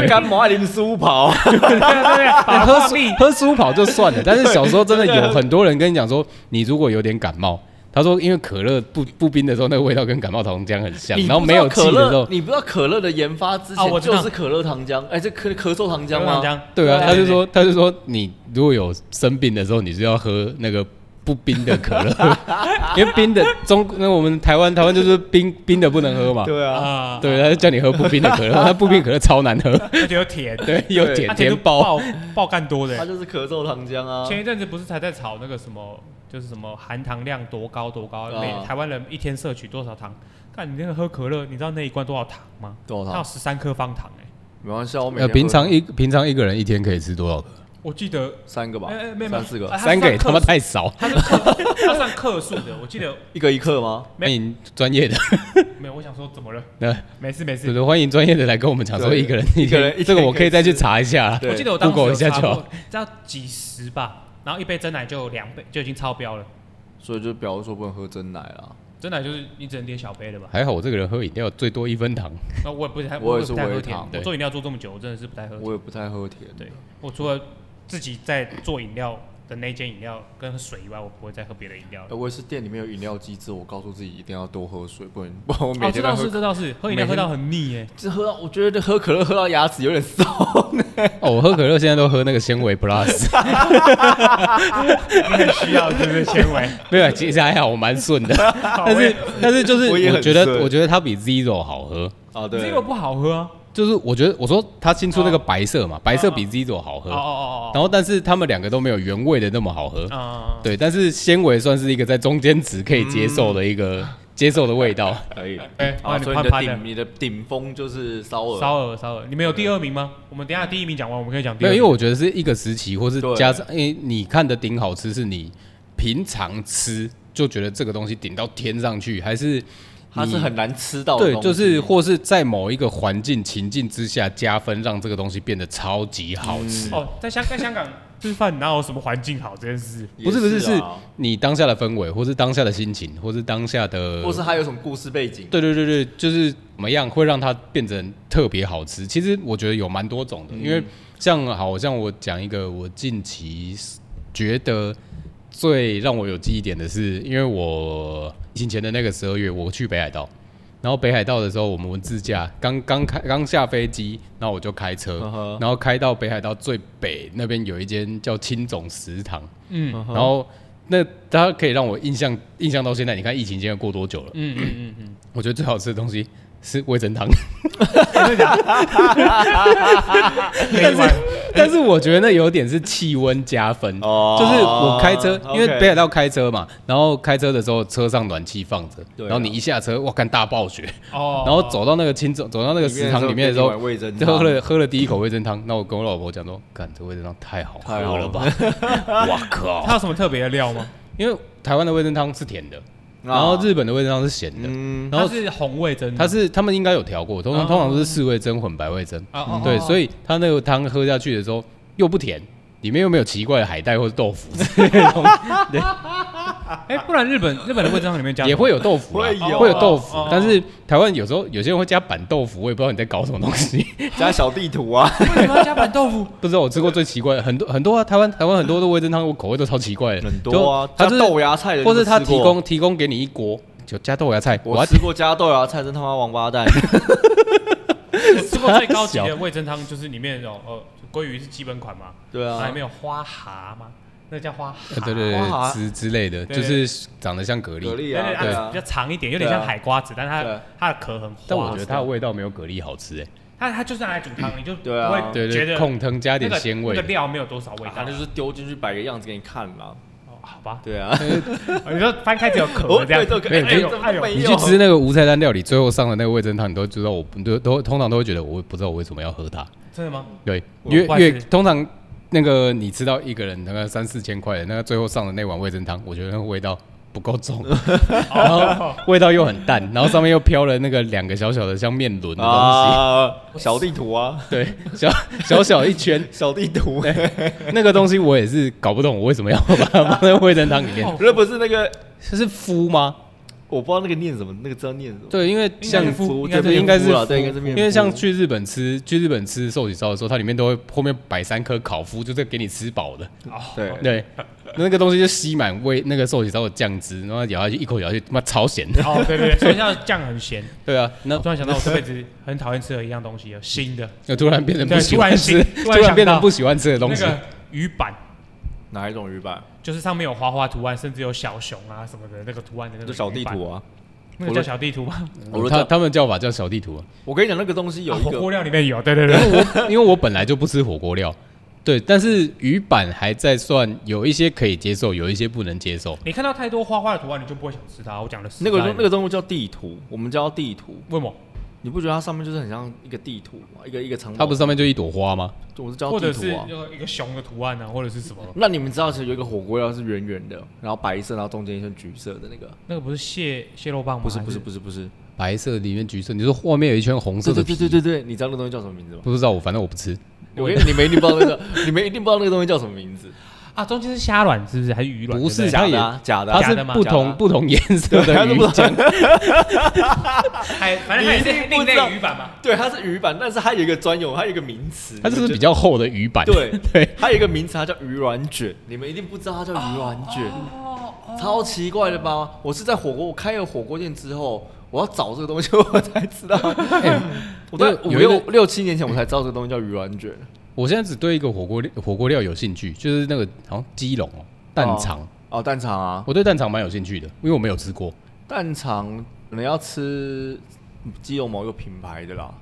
S3: 干嘛爱淋苏跑？
S1: 对啊对对，把
S2: 喝
S1: 话
S2: 苏
S1: 蜜
S2: 喝苏跑就算了，但是小时候真的有很多人跟你讲说，你如果有点感冒，他说因为可乐不不冰的时候，那个味道跟感冒糖浆很像，
S3: 你
S2: 然后
S3: 不
S2: 没
S3: 知道
S2: 有气
S3: 可
S2: 的时候
S3: 乐，，你不知道可乐的研发之
S1: 啊我
S3: 前
S1: 知道
S3: 就是可乐糖浆，哎，这咳咳嗽糖浆
S1: 姜
S3: 吗？
S1: 姜，
S2: 对啊，他就
S1: 对
S2: 说他就说你如果有生病的时候，你是要喝那个。不冰的可乐， 因为冰的中那我们台湾台湾就是冰冰的不能喝嘛，
S3: 对啊，
S1: 啊，
S2: 对，他就叫你喝不冰的可 乐，那不冰可乐超难喝，
S1: 而且有甜，
S2: 对，有
S3: 对
S2: 甜
S1: 它甜
S2: 甜
S1: 度
S2: 包，
S1: 爆爆干多的
S3: 它
S1: 欸。
S3: 就是咳嗽糖浆啊。
S1: 前一阵子不是才在炒那个什么，就是什么含糖量多高多高，
S3: 啊
S1: 每台湾人一天摄取多少糖？看你那个喝可乐，你知道那一罐多少糖吗？
S3: 多少
S1: 它有
S3: 糖？
S1: 十三颗方糖哎，
S3: 没关系啊，我每
S2: 呃，
S3: 天喝
S2: 平常一平常一个人一天可以吃多少个？
S1: 我记得，
S3: 三个吧
S1: 哎哎，没有没有
S3: 三四个
S1: 啊，它是
S2: 三个也
S1: 算
S2: 他妈
S1: 克数
S2: 太少，
S1: 它是克它算 克数的，我记得
S3: 一个一克吗？
S2: 欢迎专业的。
S1: 没有，我想说怎么了？
S2: 那
S1: 没事没事
S2: 对，对，欢迎专业的来跟我们讲说
S3: 对
S2: 一个人一
S3: 一个人一
S2: 这个
S3: 天
S2: 我
S3: 可
S2: 可以
S3: 以
S2: 再去
S3: 吃
S2: 查一下。
S3: 对
S1: 我记得我当时
S2: Google
S1: 有
S2: 一下
S1: 查
S2: 就好
S1: 过，只要几十吧，然后一杯真奶就有两杯，就已经超标了。
S3: 所以就表示说不能喝真奶啦。
S1: 真奶就是你只能点小杯的吧？
S2: 还好我这个人喝饮料最多一分糖，
S1: 那我也不太，
S3: 我也
S1: 也
S3: 是
S1: 不太
S3: 微
S1: 喝
S3: 糖
S1: 甜。
S2: 对
S1: 我做饮料做这么久，我真的是不太喝甜。
S3: 我也不太喝甜，
S1: 对，我除了自己在做饮料的那间饮料跟水以外，我不会再喝别的饮料
S3: 呃
S1: 了。
S3: 我也是店里面有饮料机制，我告诉自己一定要多喝水，不然 不然我每
S1: 哦，这
S3: 天都
S1: 倒
S3: 喝
S1: 是。这倒是，喝饮料喝到很腻哎。
S3: 这喝到， 我觉得喝可乐喝到牙齿有点酸。
S2: 哦，我喝可乐现在都喝那个纤维 plus，
S1: 你很需要是不是纤 维？
S2: 没有，其实还好，我蛮顺的。但是 但是就是
S3: 我也
S2: 我
S3: 很
S2: 觉得
S3: 顺
S2: 我觉得它比 zero 好喝，
S3: 啊，
S1: 这
S3: 对
S1: 个，不好喝啊。
S2: 就是我觉得我说它新出那个
S1: 哦
S2: 白色嘛，白色
S1: 哦
S2: 比 zero 好
S1: 哦
S2: 喝，
S1: 哦哦
S2: 然后但是他们两个都没有原味的那么好喝
S1: 哦。。啊，
S2: 对，但是纤维算是一个在中间值可以接受的一个
S3: 嗯
S2: 接受的味 道。
S3: 可以。
S1: 哎
S3: 啊，
S1: 换你
S3: 所以
S1: 换
S3: 你的
S1: 拍的
S3: 顶你的顶峰就是烧鹅，
S1: 烧鹅烧鹅，你们有第二名吗？我们等一下第一名讲完，我们可以讲第
S2: 没
S1: 二
S2: 有，
S1: 名。
S2: 因为我觉得是一个时期，或是
S3: 对
S2: 加上，因为你看的顶好吃是你平常吃就觉得这个东西顶到天上去，还是
S3: 它是
S2: 你
S3: 很难吃到的
S2: 对，
S3: 东西
S2: 就是或是在某一个环境情境之下加分，让这个东西变得超级好吃。
S1: 哦，在香在香港吃饭哪有什么环境好这件 事？
S2: 不是不是，
S3: 也
S2: 是
S3: 啊
S2: 你当下的氛围，或是当下的心情，或是当下的，
S3: 或是它有什么故事背景？
S2: 对对对对，就是怎么样会让它变成特别好吃？其实我觉得有蛮多种的，因为像好像我讲一个，我近期觉得最让我有记忆点的是，因为我疫情前的那个十二月，我去北海道，然后北海道的时候，我们自驾刚刚开刚下飞机，然后我就开车
S3: 嗯哼
S2: 然后开到北海道最北那边有一间叫青总食堂，
S1: 嗯
S3: 嗯哼
S2: 然后那它可以让我印象印象到现在，你看疫情现在过多久了？
S1: 嗯嗯嗯嗯，
S2: 我觉得最好吃的东西是味噌汤。
S1: 真的假的？
S2: 但是，但是我觉得那有点是气温加分，
S3: 哦
S2: 就是我开车，因为
S3: OK
S2: 北海道开车嘛，然后开车的时候车上暖气放着，
S3: 对啊
S2: 然后你一下车，哇，看大暴雪，
S1: 哦，
S2: 然后走到那个青走
S3: 哦
S2: 走到那个食堂里面的时候，
S3: 味噌
S2: 就喝了喝了第一口味噌汤，那我跟我老婆讲说，干这味噌汤太好喝
S3: 太好
S2: 了吧，
S3: 吧？
S2: 哇靠！
S1: 它有什么特别的料吗？
S2: 因为台湾的味噌汤是甜的，然后日本的味噌汤是咸的，
S3: 嗯
S2: 然后
S1: 它是红味噌，
S2: 它是他们应该有调过，通常
S1: 哦
S2: 通常都是四味噌混白味噌，
S1: 哦哦
S2: 对，
S1: 哦
S2: 所以它那个汤喝下去的时候又不甜，里面又没有奇怪的海带或是豆腐，
S1: 哎，不然日本日本的味噌汤里面加
S2: 也会有豆腐啦，
S3: 会有
S2: 会有豆腐
S1: 哦哦哦，
S2: 但是台湾有时候有些人会加板豆腐，我也不知道你在搞什么东 西，
S3: 加小地图啊，
S1: 为什么要加板豆 腐？
S2: 不知道我吃过最奇怪的很多很多啊，台湾台湾很多的味噌汤，我口味都超奇怪的，
S3: 很多啊
S2: 就，它
S3: 加
S2: 就是
S3: 豆芽菜的，
S2: 或是
S3: 你有没
S2: 他
S3: 有吃
S2: 提
S3: 过
S2: 供提供给你一锅，就加豆芽菜，我
S3: 我
S2: 要
S3: 吃过加豆芽菜，真他妈王 八蛋！
S1: 我吃过最高级的味噌汤就是里面有呃鲑鱼是基本款嘛，
S3: 对
S1: 然后
S3: 啊
S1: 里，面有花蛤吗？那个叫花蛤，
S2: 呃对对
S3: 哇
S2: 对之之类的，
S1: 对
S2: 就
S1: 对
S2: 是长得像蛤
S3: 蛤
S1: 对
S2: 蜊，
S3: 蜊
S1: 对，
S3: 啊，对
S1: 它比
S3: 啊
S1: 较，长一点，有点像
S3: 对啊
S1: 海瓜子，但是
S3: 对
S1: 它它的壳很滑。
S2: 但我觉得它的味道没有蛤蜊好吃哎，
S1: 它它就是拿来煮汤，你就不
S3: 对啊
S1: 会
S2: 对
S1: 哦觉
S2: 对，
S1: 得
S2: 控汤加
S1: 那
S2: 点
S1: 个
S2: 鲜味
S1: 那个，料没有多少味
S3: 啊
S1: 道
S3: 它。就是丢进去摆个样子给你看啦。
S1: 哦好吧，
S3: 对啊，
S1: 哦 你说翻开只有壳
S3: 哦
S1: 这样
S3: 对
S1: 子
S3: 这，个
S2: 没有
S1: 哎
S3: 这
S1: 呦
S3: 个
S1: 哎呦，
S3: 没
S2: 你去吃那个无菜单料理，最后上的那个味噌汤，你都知道我不都都通常都会觉得我不知道我为什么要喝它。
S1: 真的吗？
S2: 对，
S1: 我
S2: 因
S1: 不
S2: 为
S1: 爱
S2: 越
S1: 吃
S2: 通常那个你吃到一个人大概三四千块的，那个最后上的那碗味噌汤，我觉得那个味道不够 重，然后味道又很淡，然后上面又飘了那个两个小小的像面轮的东西，
S1: 哦
S3: 啊， 小地图啊，
S2: 对，小小小一圈，
S3: 小地 图，
S2: 那个东西我也是搞不懂，我为什么要把它放在味噌汤里面？
S1: 哦
S3: 那不是那个，
S2: 这是麸吗？
S3: 我不知道那个念什么，那个字念什么。
S2: 对，因为像
S1: 面麸应该
S2: 对
S1: 是
S2: 应该是
S3: 面麸啦对
S2: 麸
S3: 应该是面
S2: 因为
S3: 麸
S2: 像去日本吃去日本吃寿喜烧的时候，它里面都会后面摆三颗烤麸，就是给你吃饱的。
S1: 哦
S3: 嗯对
S2: 对，那个东西就吸满味那个寿喜烧的酱汁，然后咬下去一口咬下去，他妈超咸的。
S1: 哦对对，对所以它的酱很咸。
S2: 对啊，那
S1: 我突然想到，我这辈子很讨厌吃的一样东西了，新的
S2: 那突然变成不
S1: 对
S2: 喜
S1: 突
S2: 欢
S1: 然
S2: 吃，
S1: 醒
S2: 突
S1: 突然
S2: 然
S1: 想
S2: 变成
S1: 到
S2: 不喜欢吃的东
S1: 那
S2: 西。
S1: 个鱼板，
S3: 哪一种鱼板？
S1: 就是上面有花花图案，甚至有小熊啊什么的那个图案的那
S3: 就
S1: 个
S3: 小地
S1: 鱼
S3: 图
S1: 板，
S3: 啊！
S1: 那个叫小地图吗？
S3: 我
S2: 嗯
S3: 都
S2: 他
S3: 叫
S2: 他们叫法叫小地图啊，
S3: 我跟你讲，那个东西有
S1: 啊
S3: 一
S1: 火
S3: 个
S1: 锅料里面有，对对
S2: 因
S1: 对，
S2: 为 我因为我本来就不吃火锅料，对，但是鱼板还在算有一些可以接受，有一些不能接受。
S1: 你看到太多花花的图案，你就不会想吃它。我讲的是
S3: 那个那个东西叫地图，我们叫地图。
S1: 为什么？
S3: 你不觉得它上面就是很像一个地图吗？一个一个长，
S2: 它不是上面就一朵花吗？
S3: 我是叫
S1: 或
S3: 地
S1: 者是
S3: 图啊。
S1: 一个熊的图案啊，或者是什么？
S3: 那你们知道，其实有一个火锅料是圆圆的，然后白色，然后中间一圈橘色的那
S2: 哦
S3: 个，
S1: 那个不是蟹蟹肉棒吗？
S3: 不是不是
S1: 还
S3: 不是不是，
S2: 白色里面橘色，你说外面有一圈红色的
S3: 对对
S2: 皮，
S3: 对对对对，你知道那个东西叫什么名字吗？
S2: 不知道我反正我不吃。
S3: 我跟你你们一定不知道那个，你们一定不知道那个东西叫什么名字，
S1: 啊，中间是虾卵是不是？还是鱼卵？
S2: 不
S1: 对
S2: 是
S1: 对
S2: 它
S3: 假
S2: 也
S3: 的啊假的啊
S2: 它是
S1: 假的吗
S2: 不
S3: 假的
S2: 同
S3: 啊
S2: 不同颜色
S3: 对它
S2: 的
S3: 是
S2: 鱼
S3: 不同
S2: 酱，
S1: 还哎反正还
S3: 你
S1: 是
S3: 一定
S1: 另
S3: 不知道
S1: 类鱼板嘛。
S3: 对，它是鱼板，但是它有一个专有，它有一个名词，
S2: 它就是比
S3: 较
S2: 较厚的鱼板。
S3: 对
S2: 对，
S3: 它有一个名词，它叫鱼卵卷，你们一定不知道它叫鱼卵卷，超奇怪的吧？我是在火锅，我开了火锅店之后，我要找这个东西，我才 知道， 我在
S2: 哎有
S3: 五
S2: 有一个
S3: 六六七年前我才知道这个东西叫鱼卵卷，
S2: 我现在只对一个火锅料火锅料有兴趣，就是那个好像鸡笼哦，蛋肠。
S3: 哦，蛋肠啊，
S2: 我对蛋肠蛮有兴趣的，因为我没有吃过。
S3: 蛋肠可能要吃鸡肉某一个品牌的啦，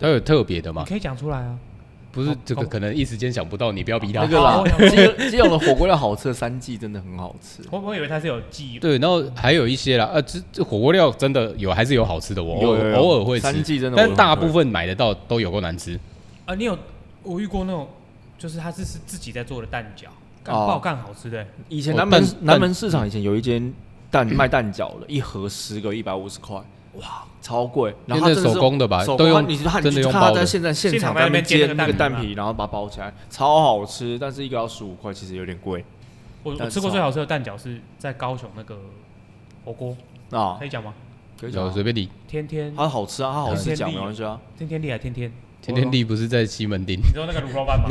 S2: 它有特别的
S1: 你
S2: 吗？
S1: 可以讲出来啊。
S2: 不是这个，可能一时间想不到，你不要逼他
S3: 那。个
S1: 哦
S3: 啦
S1: 我，想
S3: 鸡鸡肉的火锅料好吃的三季真的很好吃。
S1: 我我以为它是有记忆，
S2: 对，然后还有一些啦，呃，这这火锅料真的有，还是有好吃的，我偶
S3: 有有
S2: 尔
S3: 有
S2: 偶尔会吃，
S3: 三季真的
S2: 但
S3: 我
S2: 大
S3: 很会
S2: 部分买得到都有够难吃。
S1: 啊，你有我遇过那种，就是它是是自己在做的蛋饺，干
S3: 哦
S1: 爆干好吃的。
S3: 以前
S2: 哦
S3: 南门
S2: 蛋
S3: 南门市场以前有一间 蛋卖蛋饺的，一盒十个一百五十块，哇，超贵。然后
S2: 因
S3: 它
S2: 为
S3: 真的
S2: 手工的吧
S3: 手
S2: 都
S3: 工啊
S2: 用
S3: 你就看
S2: 真
S3: 你
S2: 的
S3: 就
S2: 用
S3: 看
S2: 包
S3: 它
S2: 的
S3: 在现在现
S1: 现场
S3: 场
S1: 在
S3: 在
S1: 那边煎
S3: 煎
S1: 那
S3: 那
S1: 个
S3: 个
S1: 蛋
S3: 蛋
S1: 皮
S3: 皮，然后把它包起来，超好吃，但是一个要十五块，其实有点贵
S1: 我我
S3: 蛋
S1: 吃过
S3: 炒
S1: 最好吃的蛋饺是在高雄那个火锅，
S2: 哦
S3: 啊
S1: 可。以讲吗？
S3: 可以
S2: 然
S3: 讲
S2: 后
S3: 啊，
S2: 随便你，
S1: 天天
S3: 它好吃啊，它好吃
S1: 天
S3: 讲
S1: 地
S3: 没关系啊。
S1: 天天厉害，天天，
S2: 天天地不是在西门町，
S1: 你知道那个卤肉饭 吗？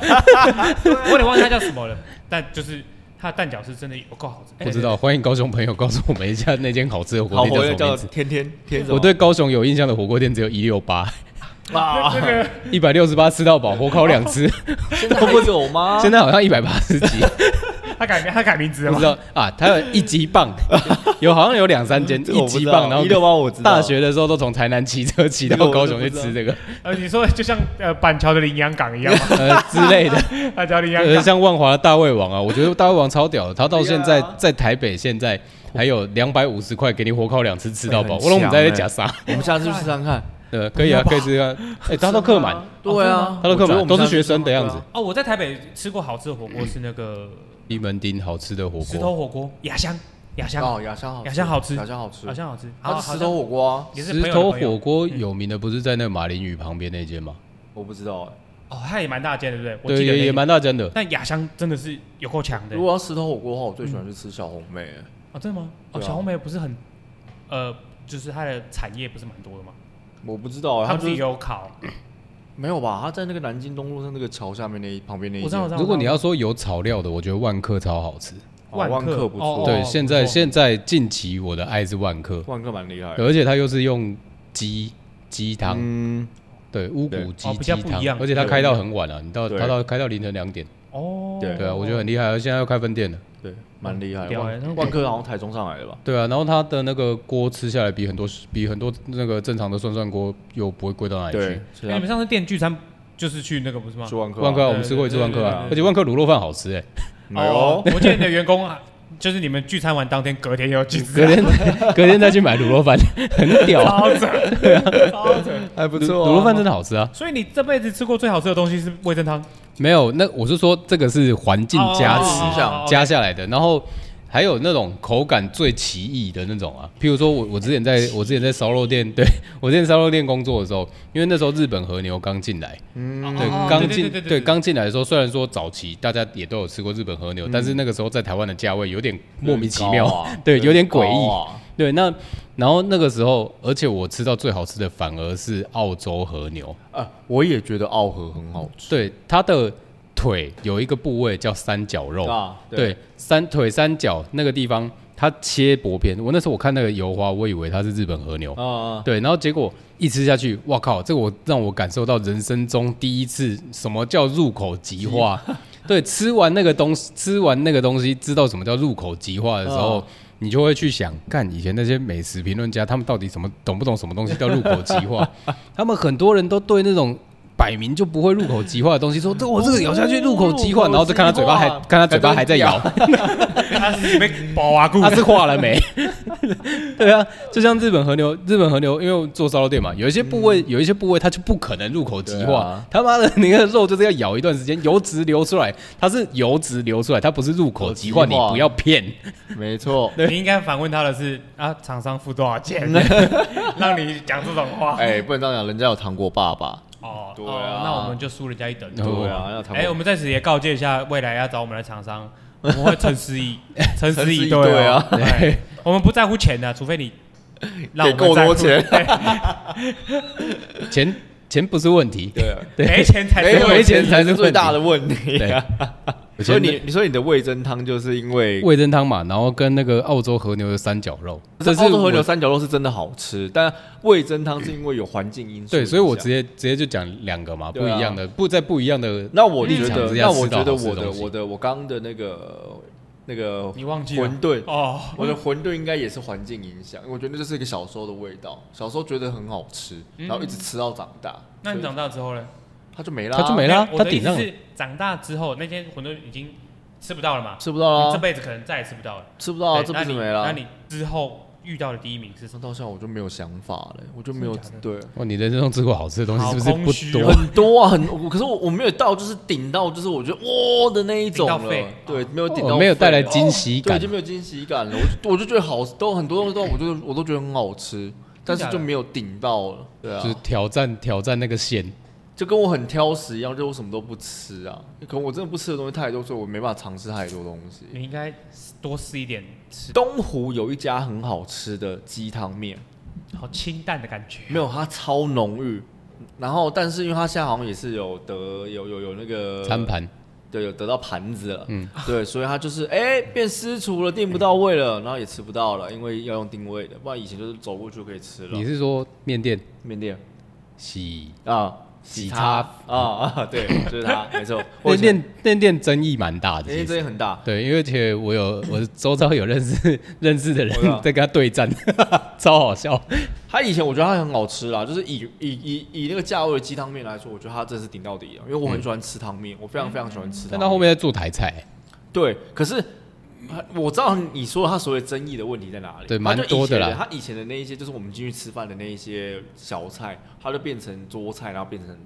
S1: 我有点忘记它叫什么了，但就是它的蛋饺是真的有够好吃。哎
S2: 不知道，欢迎高雄朋友 告诉我们一下那间好吃的火
S3: 好
S2: 锅
S3: 火
S2: 店
S3: 焰
S2: 叫什么名字。
S3: 叫天天天什么
S2: 我对高雄有印象的火锅店只有一六 八，
S3: 啊，
S1: 那个
S2: 一百六十八吃到饱，火烤两只，
S3: 现在还有吗？
S2: 现在好像一百八十几。
S1: 他改名他改名字了
S2: 不
S1: 吗
S2: 知？道啊，它有一级 棒，有好像有两三间
S3: 这个我
S2: 一
S3: 不
S2: 级
S3: 知道
S2: 棒，然后
S3: 一六八我知道
S2: 大学的时候都从台南骑车骑
S3: 这
S2: 到
S3: 个我
S2: 高
S3: 就
S2: 雄
S3: 不
S2: 去
S3: 知道
S2: 吃 这个，
S1: 呃，你说就像呃板桥的羚羊港一样吗？
S3: 啊
S2: 呃之类 的，
S1: 他叫羚羊
S2: 呃
S1: 港，
S2: 像万华的大胃王啊，我觉得大胃王超屌的，他到现在
S3: 对啊
S2: 在台北现在还有两百五十块给你火烤两次吃到饱，
S3: 哎
S2: 我
S3: 很
S2: 让我们在
S3: 香
S2: 那
S3: 哎
S2: 假杀，
S3: 我们下次去试看看。
S2: 对，可以啊，可以吃啊， 哎，他都客满，
S3: 对啊，
S2: 他都客
S3: 我觉得
S2: 满，
S3: 我们
S2: 都
S3: 下
S2: 是学
S3: 次去试
S2: 生
S3: 看
S2: 的样
S3: 看
S2: 子
S3: 啊。。
S1: 哦，我在台北吃过好吃的火锅是那个
S2: 西门町好吃的火
S1: 石
S2: 锅，
S1: 头火锅，雅香，雅香，
S3: 哦，雅香好吃，
S1: 雅香好吃
S3: 雅香好吃
S1: 好，像好吃，哦
S3: 它
S1: 好
S3: 是
S1: 好
S3: 石
S1: 像
S3: 头火锅啊，
S1: 也是
S2: 石
S1: 朋友的
S2: 头嗯
S1: 朋友
S2: 火锅有名的不是在那个马林鱼旁边那间吗？
S3: 我不知道哎。
S1: 哦，它也蛮大间，对不对？我
S2: 对，
S1: 记得
S2: 也也
S1: 也蛮。
S2: 蛮大间的。
S1: 但雅香真的是有够强的
S3: 如果要石头火锅的话，我最喜欢去吃小红妹欸。
S1: 哦，真的吗？哦，
S3: 对啊
S1: 小红梅不是很呃，就是它的产业不是蛮多的吗？
S3: 我不知道
S2: 哦
S3: 欸，
S1: 它
S3: 它
S1: 不
S3: 就是
S1: 也
S3: 是
S1: 有烤？
S3: 没有吧？它在那个南京东路上那个桥下面那一旁边那一啊
S1: 我知道，我
S3: 间
S1: 知，道。
S2: 如果你
S1: 我
S2: 要说有草料的，我觉得万客超好吃。
S1: 知道
S3: 哦
S1: 万
S3: 万客不
S1: 哦
S3: 错，
S2: 对，
S1: 哦
S2: 现
S1: 不
S2: 在
S1: 错哎
S2: 现在近期我的爱是万客，
S3: 万客蛮厉害的。
S2: 而且它又是用鸡鸡汤，
S3: 嗯，
S2: 对乌
S3: 对
S2: 骨鸡
S1: 哦比
S2: 鸡
S1: 较不一
S2: 汤
S1: 样，
S2: 而且它
S1: 对
S2: 开到很晚啊，你到
S3: 对
S2: 它到开到凌晨两点，
S1: 哦，
S3: 对
S2: 对啊，我觉得很厉害，而现在要开分店了，
S3: 对，蛮厉害的。
S1: 屌欸那
S3: 万
S1: 种
S3: 万客好像台中上来的吧？
S2: 对啊，然后它的那个锅吃下来比很多比很多那个正常的涮涮锅又不会贵到哪里去
S3: 对。，
S1: 哎
S3: 是
S1: 你
S3: 啊
S1: 们，上次电锯餐就是去那个不是吗
S3: 去？万客啊，
S2: 万客啊
S1: 对
S2: 我们吃过一次
S1: 对
S2: 万客啊
S1: 对对，对
S2: 而且万客卤肉饭好吃哎，
S3: 没有，
S1: 哦我记得你的员工啊，就是你们聚餐完当天，隔天又去吃
S2: 隔
S1: 啊，
S2: 天隔天再去买卤肉饭，很屌，
S1: 超 扯，
S2: 啊
S1: 超扯。
S3: 还哎不
S2: 卤卤肉饭真的好吃啊。
S1: 所以你这辈子吃过最好吃的东西是味噌汤，
S2: 没有，那我是说这个是环境加
S1: 哦
S2: 持
S1: 哦哦哦哦哦
S2: 加下来的，然后还有那种口感最奇异的那种啊，譬如说我我之前在我之前在烧肉店，对我之前烧肉店工作的时候，因为那时候日本和牛刚进来，
S1: 哦
S2: 对
S1: 哦，
S2: 刚进
S1: 对
S2: 对刚进来的时候，虽然说早期大家也都有吃过日本和牛，
S1: 嗯
S2: 但是那个时候在台湾的价位有点莫名其妙，
S3: 啊
S2: 对，有点诡异，
S3: 高啊
S2: 对，那然后那个时候，而且我吃到最好吃的反而是澳洲和牛，
S3: 啊！我也觉得奥和很好吃
S2: 对，它的腿有一个部位叫三角肉。
S3: 啊，
S2: 对，三腿三角那个地方，它切薄片。我那时候我看那个油花，我以为它是日本和牛。
S3: 啊，
S2: 对，然后结果一吃下去，哇靠！这个我让我感受到人生中第一次什么叫入口即 化。对，吃完那个东西，吃完那个东西，知道什么叫入口即化的时候，
S3: 嗯
S2: 你就会去想，干以前那些美食评论家，他们到底什么懂不懂什么东西叫入口即 化？他们很多人都对那种。摆明就不会入口即化的东西，说这我这个咬下去入口即化，
S3: 入口即化
S2: 然后就看他嘴巴还看他嘴巴还在咬，
S1: 他是被包啊骨
S2: 他是化了没？ 对啊，就像日本和牛，日本和牛，因为我做烧肉店嘛，有一些部位，有一些部位它就不可能入口即
S3: 嗯对
S2: 化，
S3: 啊
S2: 他妈的，你那个肉就是要咬一段时间，油脂流出来，它是油脂流出来，它不是入口即化，
S3: 口即化
S2: 你不要骗。
S3: 嗯没 错。
S1: 你应该反问他的是啊，厂商付多少钱，让你讲这种话？
S3: 哎，不能这样讲，人家有糖果爸爸。
S1: 哦，
S3: 对
S1: 哦
S3: 啊
S1: 那我们就输人家一等。
S2: 对
S3: 啊，要糖
S1: 哎，我们在此也告诫一下未来要找我们的厂商，我们会诚实以诚实
S3: 诚实
S1: 以
S3: 以对
S1: 哦
S3: 啊
S1: 对，我们不在乎钱啊的，除非你让我
S3: 给
S1: 们
S3: 够
S1: 在乎
S3: 多钱，
S2: 钱钱不是问题，
S3: 对，啊
S1: 没钱才
S2: 没
S1: 是
S2: 有
S1: 问题
S2: 钱才是
S3: 是最大
S2: 问
S3: 的问题
S2: 对
S3: 啊。所以你，所以你的味噌汤就是因为
S2: 味噌汤嘛，然后跟那个澳洲和牛的三角肉，这是
S3: 澳洲和
S2: 我
S3: 牛三角肉是真的好吃，但味噌汤是因为有环境因素。
S2: 对，所以我直
S3: 接。
S2: 接直接就讲两个嘛，不
S3: 对啊
S2: 一样的，不在不一样的
S3: 那我
S2: 立
S3: 觉
S2: 场
S3: 得，
S2: 之下
S3: 那我
S2: 吃到
S3: 觉得
S2: 好吃的
S3: 我的
S2: 东西
S3: 我的我刚刚的那个那个
S1: 你忘记了
S3: 馄饨，
S1: 哦，
S3: 我的馄饨应该也是环境影响，我觉得这是一个小时候的味道，小时候觉得很好吃，然后一直吃到长大。
S1: 嗯那你
S3: 所以
S1: 长大之后呢？
S3: 它就没了啊，
S2: 它就没了啊
S1: 我的
S2: 他
S1: 意
S2: 顶上
S1: 思
S2: 了
S1: 是长大之后那些馄饨已经吃不到了嘛，
S3: 吃不到
S1: 你这
S3: 啦，
S1: 辈子可能再也吃不到了。
S3: 吃不到啊，
S1: 对
S3: 这
S1: 那
S3: 不是
S1: 你
S3: 没
S1: 那
S3: 了。
S1: 你之后遇到的第一名是什么？
S3: 那到现在我就没有想法了，我就没有
S1: 真的假的
S3: 对。
S2: 哇，哦你人生中吃过好吃的东西是不是
S1: 好
S2: 不
S1: 空虚哦
S2: 多？
S3: 很多啊，很，我可是我我没有到，就是顶到，就是我觉得哇的那一种
S1: 顶
S3: 了
S1: 到肺，哦
S3: 对，没有顶
S2: 我
S3: 到，啊
S2: 没有带来惊喜
S3: 对，
S2: 感
S3: 已经，没有惊喜感了。我就我就觉得好，都很多东西都，我就我都觉得很好吃，但是
S1: 真假的
S3: 就没有顶到了。对啊
S2: 就是，挑战挑战那个线。
S3: 就跟我很挑食一样，就是我什么都不吃啊。可能我真的不吃的东西太多，所以我没办法尝试太多东西。
S1: 你应该多吃一点吃，
S3: 东湖有一家很好吃的鸡汤面，
S1: 好清淡的感觉。
S3: 没有它超浓郁，然后但是因为它现在好像也是有得有有有那个
S2: 餐盘，
S3: 对，有得到盘子了，嗯，对，所以他就是哎、变私厨了，订不到位了，然后也吃不到了，因为要用定位的，不然以前就是走过去就可以吃
S2: 你
S3: 了。
S2: 是说面店
S3: 面店
S2: 洗
S3: 啊，
S2: 喜
S3: 叉
S2: 叉
S3: 啊啊，对，就是 它，没错。
S2: 那
S3: 我以前
S2: 店那店争议蛮大的，
S3: 因为
S2: 其
S3: 这
S2: 实
S3: 也很大，
S2: 对，因为而且我有我周遭有认识 认识的人
S3: 我知道
S2: 在跟他对战， 超好笑。
S3: 它以前我觉得它很好吃啦，就是以以以以那个价位的鸡汤面来说，我觉得它真是顶到底了。因为我很喜欢吃汤面，我非常非常喜欢吃
S2: 嗯
S3: 汤面。
S2: 但他后面在做台菜，
S3: 对，可是呃我知道你说他所谓争议的问题在哪里，
S2: 对
S3: 他
S2: 蛮
S3: 就以
S2: 多的
S3: 前
S2: 啦
S3: 他以前的那一些，就是我们进去吃饭的那一些小菜，他就变成桌菜，然后变成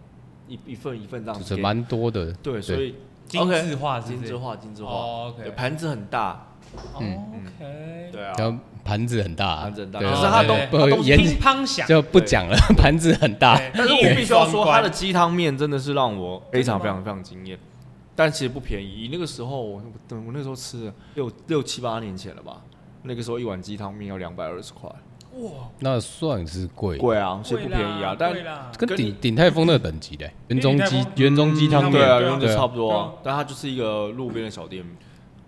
S3: 一一份一份这样
S2: 就
S3: 子
S2: 是
S3: 给。
S2: 蛮多的。
S3: 对，所以
S1: 精致化是
S3: 精
S1: 不是
S3: 致化，精致化。
S1: 哦，OK 哦
S3: 对盘子很大，
S1: ，OK，哦
S3: 对啊，
S2: 然后盘子很大，
S3: 盘子很大
S2: 对
S1: 可是它
S2: 对
S1: 东
S2: 不
S1: 它
S2: 不
S1: 东西
S2: 言
S1: 乒乓响，
S2: 就不讲了，盘子很大。
S1: 对
S3: 但是我
S1: 一语
S3: 必须要说，
S1: 双
S3: 他
S1: 关
S3: 的鸡汤面真的是让我非常非
S1: 真的
S3: 常非常惊艳，但其实不便宜。那个时候我我我那时候吃了六六七八年前了吧，那个时候一碗鸡汤面要两百二十块，
S1: 哇，
S2: 那算是贵，
S3: 贵啊，所以不便宜啊。但
S2: 跟
S3: 跟
S2: 鼎鼎泰丰那个等级的欸原中
S1: 鼎
S2: 鸡
S1: 泰丰
S2: 原中鸡汤
S1: 嗯
S2: 面，
S3: 对啊，
S1: 对啊
S3: 用的差不多、
S1: 对
S3: 啊，但它就是一个路边的小店。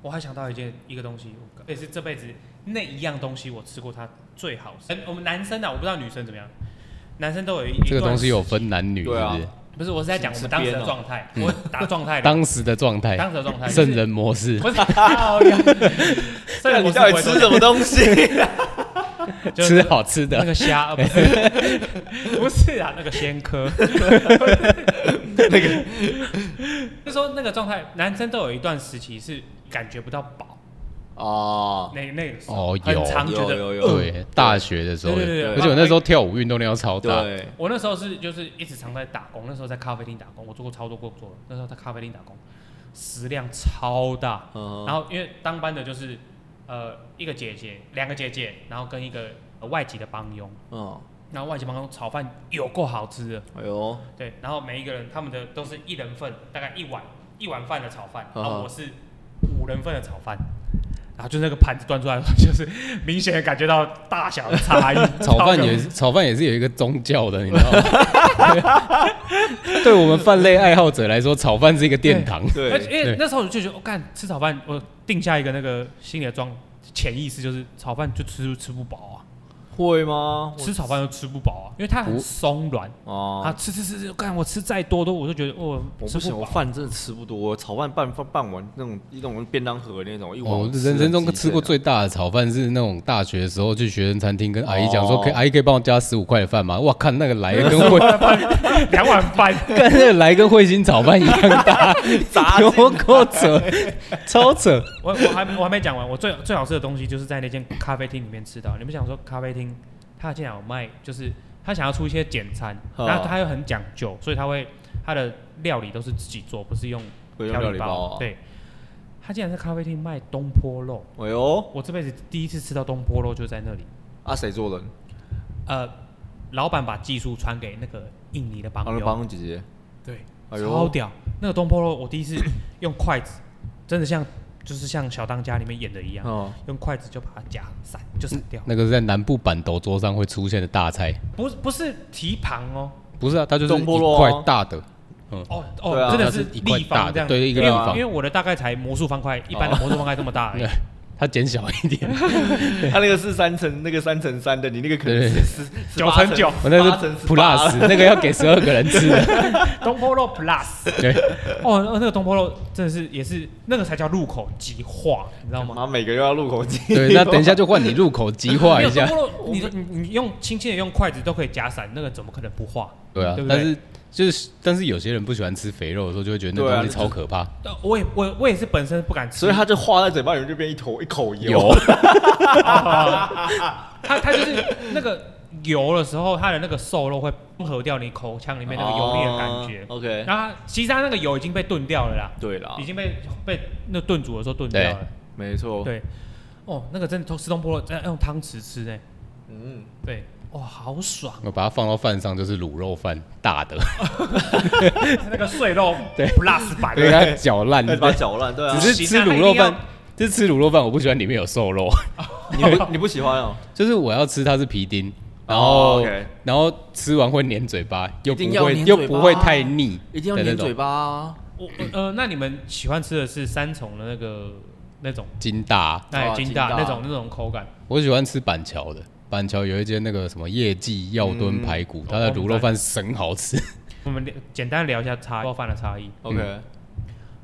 S1: 我还想到一件一个东西，我也是这辈子那一样东西我吃过它最好吃。哎我们男生啊，我不知道女生怎么样，男生都有一
S2: 这个
S1: 一段
S2: 东西有
S1: 时
S2: 分男女，是
S3: 对啊
S2: 不是？
S1: 不是我是在讲我
S3: 是
S1: 们当时
S3: 边
S1: 的
S3: 哦
S1: 状态，我打状态的，
S2: 嗯当时的状态，
S1: 当时的状态，
S2: 圣人模式，
S1: 不是， 靠腰所以我
S3: 你
S1: 是
S3: 到
S1: 不
S3: 底
S1: 会
S3: 吃什么东西？
S1: 就是
S2: 吃好吃
S1: 那
S2: 的，
S1: 个虾， 呃不是不是啊，那个鲜科，那个就说那个状态，男生都有一段时期是感觉不到饱，
S3: 哦，
S1: 那那个时候
S2: 哦有
S1: 很常觉得
S3: 有有有
S2: 对，大学的时候
S1: 嗯
S2: 有，
S1: 对对对
S2: 而且我那时候跳舞运动量超大，。
S3: 对，
S1: 我那时候是就是一直常在打工，那时候在咖啡厅打工，我做过超多工作。那时候在咖啡厅打工，食量超大。
S3: 嗯
S1: 然后因为当班的就是呃一个姐姐，两个姐姐，然后跟一个、呃外籍的帮佣，
S3: 嗯，
S1: 然后外籍帮佣炒饭有够好吃的，
S3: 哎呦，
S1: 对。然后每一个人他们的都是一人份，大概一碗一碗饭的炒饭，
S3: 嗯
S1: 然后我是五人份的炒饭。然后就那个盘子端出来，就是明显地感觉到大小的差异
S2: 炒饭
S1: 超
S2: 也是炒饭也是有一个宗教的，你知道吗？ 对我们饭类爱好者来说，炒饭是一个殿堂。
S1: 而且
S3: 对，
S1: 因
S2: 对
S1: 为那时候我就觉得，我、哦干吃炒饭，我定下一个那个心里的装潜意识就是炒饭就吃吃不饱啊，
S3: 会吗？
S1: 吃炒饭就吃不饱啊，因为它很
S2: 不
S1: 松软啊，
S3: 哦，
S1: 吃吃吃吃，干我吃再多都我就觉得我
S3: 我
S1: 吃
S3: 不行，
S1: 不
S3: 我
S1: 饱。
S3: 饭真的吃不多，炒饭半饭半碗那种一种便当盒那种一碗。
S2: 我哦人生中吃过 最大的炒饭是那种大学的时候去学生餐厅，跟阿姨讲说，
S3: 哦
S2: 可以阿姨可以帮我加十五块的饭吗？哇，看那个来得 跟彗，
S1: 两碗饭，
S2: 跟那个来跟彗星炒饭一样大，
S3: 砸
S2: 有 够 扯，超扯。
S1: 我我还我还没讲完，我最最好吃的东西就是在那间咖啡厅里面吃到。你们想说咖啡厅，它竟然有卖，就是他想要出一些简餐，
S3: 哦
S1: 然后他又很讲究，所以他会他的料理都是自己做，不是用
S3: 不用料
S1: 调
S3: 理
S1: 理
S3: 包啊
S1: 对，他竟然在咖啡厅卖东坡肉，
S3: 哎呦，
S1: 我这辈子第一次吃到东坡肉就在那里。
S3: 啊谁做人？
S1: 呃，老板把技术传给那个印尼的帮
S2: 哦
S3: 啊那
S1: 友，
S3: 帮姐姐。
S1: 对，
S3: 哎
S1: 超
S3: 呦，
S1: 屌。那个东坡肉我第一次用筷子，真的像就是像小当家里面演的一
S2: 嗯
S1: 样，
S3: 哦，
S1: 用筷子就把它夹散就散掉，
S2: 那个是在南部板斗桌上会出现的大菜，
S1: 不是不是蹄膀哦，
S2: 不是啊，它就是
S3: 东坡肉
S2: 一
S3: 啊
S2: 块大的，
S1: 哦
S3: 对
S1: 哦，
S3: 啊
S1: 真的
S2: 它是一块
S1: 立
S2: 大
S1: 方这
S2: 的，
S1: 样，
S2: 对，一个
S1: 因
S2: 立
S1: 为
S3: 啊
S2: 方哦
S1: 因为。我的大概才魔术方块，一般的魔术方块这么大而已
S2: 对。它减小一点。
S3: 他啊那个是三层，那个三层三的，你那个可能
S2: 对
S3: 是是是
S1: 九
S3: 八
S1: 乘九
S2: 我那
S3: 八
S2: 是
S3: 乘十八
S2: plus，那个 要给十二个人吃的。
S1: 东坡肉 Plus，
S2: 对，
S1: 哦，那个东坡肉真的是也是那个才叫入口即化，你知道吗？
S3: 妈每个月要入口金。
S2: 对，那等一下就换你入口即化
S1: 没有
S2: 一 下
S1: 东。坡肉你你你用轻轻的用筷子都可以夹散，那个怎么可能不化？
S2: 对啊
S1: 对，不对
S2: 但是就是，但是有些人不喜欢吃肥肉的时候，就会觉得
S3: 对
S2: 那
S3: 啊
S2: 东西超可怕。
S1: 但我也我我也是本身不敢吃，
S3: 所以它就化在嘴巴里面，就变一坨一口油。
S2: 有，
S1: 它它就是那个油的时候，它的那个瘦肉会中和掉你口 腔里面那个油腻的感觉。
S3: 哦 OK，
S1: 然后它其实它那个油已经被炖掉了啦，
S3: 对啦
S2: 哦
S1: 已，经被被那炖煮的时候炖掉了。
S3: 没错。，
S1: 对，哦，那个真的吃东坡肉，真的要用汤匙吃呢。
S3: 嗯，
S1: 对，哇、好爽！
S2: 我把它放到饭上就是卤肉饭，大 的，
S1: 那个碎肉 plus 版，
S2: 对，它搅烂。
S3: 那把它搅烂，对啊。
S2: 只是吃卤肉饭，就是吃卤肉饭，我不喜欢里面有瘦肉，
S3: 你不你不喜欢哦？
S2: 就是我要吃它是皮丁，然
S3: 哦
S2: 后
S3: ，OK
S2: 然后吃完会粘嘴巴，又
S3: 一定
S2: 不
S3: 要
S2: 会
S3: 粘
S2: 又
S3: 嘴
S2: 不
S3: 巴
S2: 会太腻，
S3: 一定要粘嘴。巴啊。
S1: 我呃，那你们喜欢吃的是三重的那个那种，
S2: 金大，
S1: 哎，
S3: 哦
S1: 金
S3: 金
S1: 大
S3: 大
S1: 那种那种口感，
S2: 我喜欢吃板桥
S1: 嗯哦
S2: 的，板桥有一间那个什么叶记药炖排骨，它的卤肉饭神好吃。
S1: 我们聊简单聊一下差肉饭的差异。
S3: OK，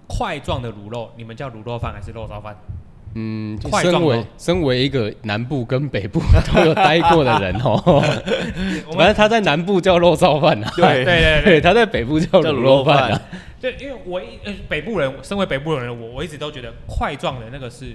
S1: 块状的卤肉，你们叫卤肉饭还是肉燥饭？
S2: 嗯，
S1: 块状
S2: 身为
S1: 吗
S2: 身为一个南部跟北部 都有待过的人哦，
S1: 我
S2: 反
S1: 们
S2: 正他在南部叫肉燥饭啊，
S1: 对对
S3: 对
S1: 对
S2: 对，他在北部叫
S3: 叫
S2: 卤肉饭啊，
S1: 对，因为我一呃北部人，身为北部人的我，我一直都觉得块状的那个是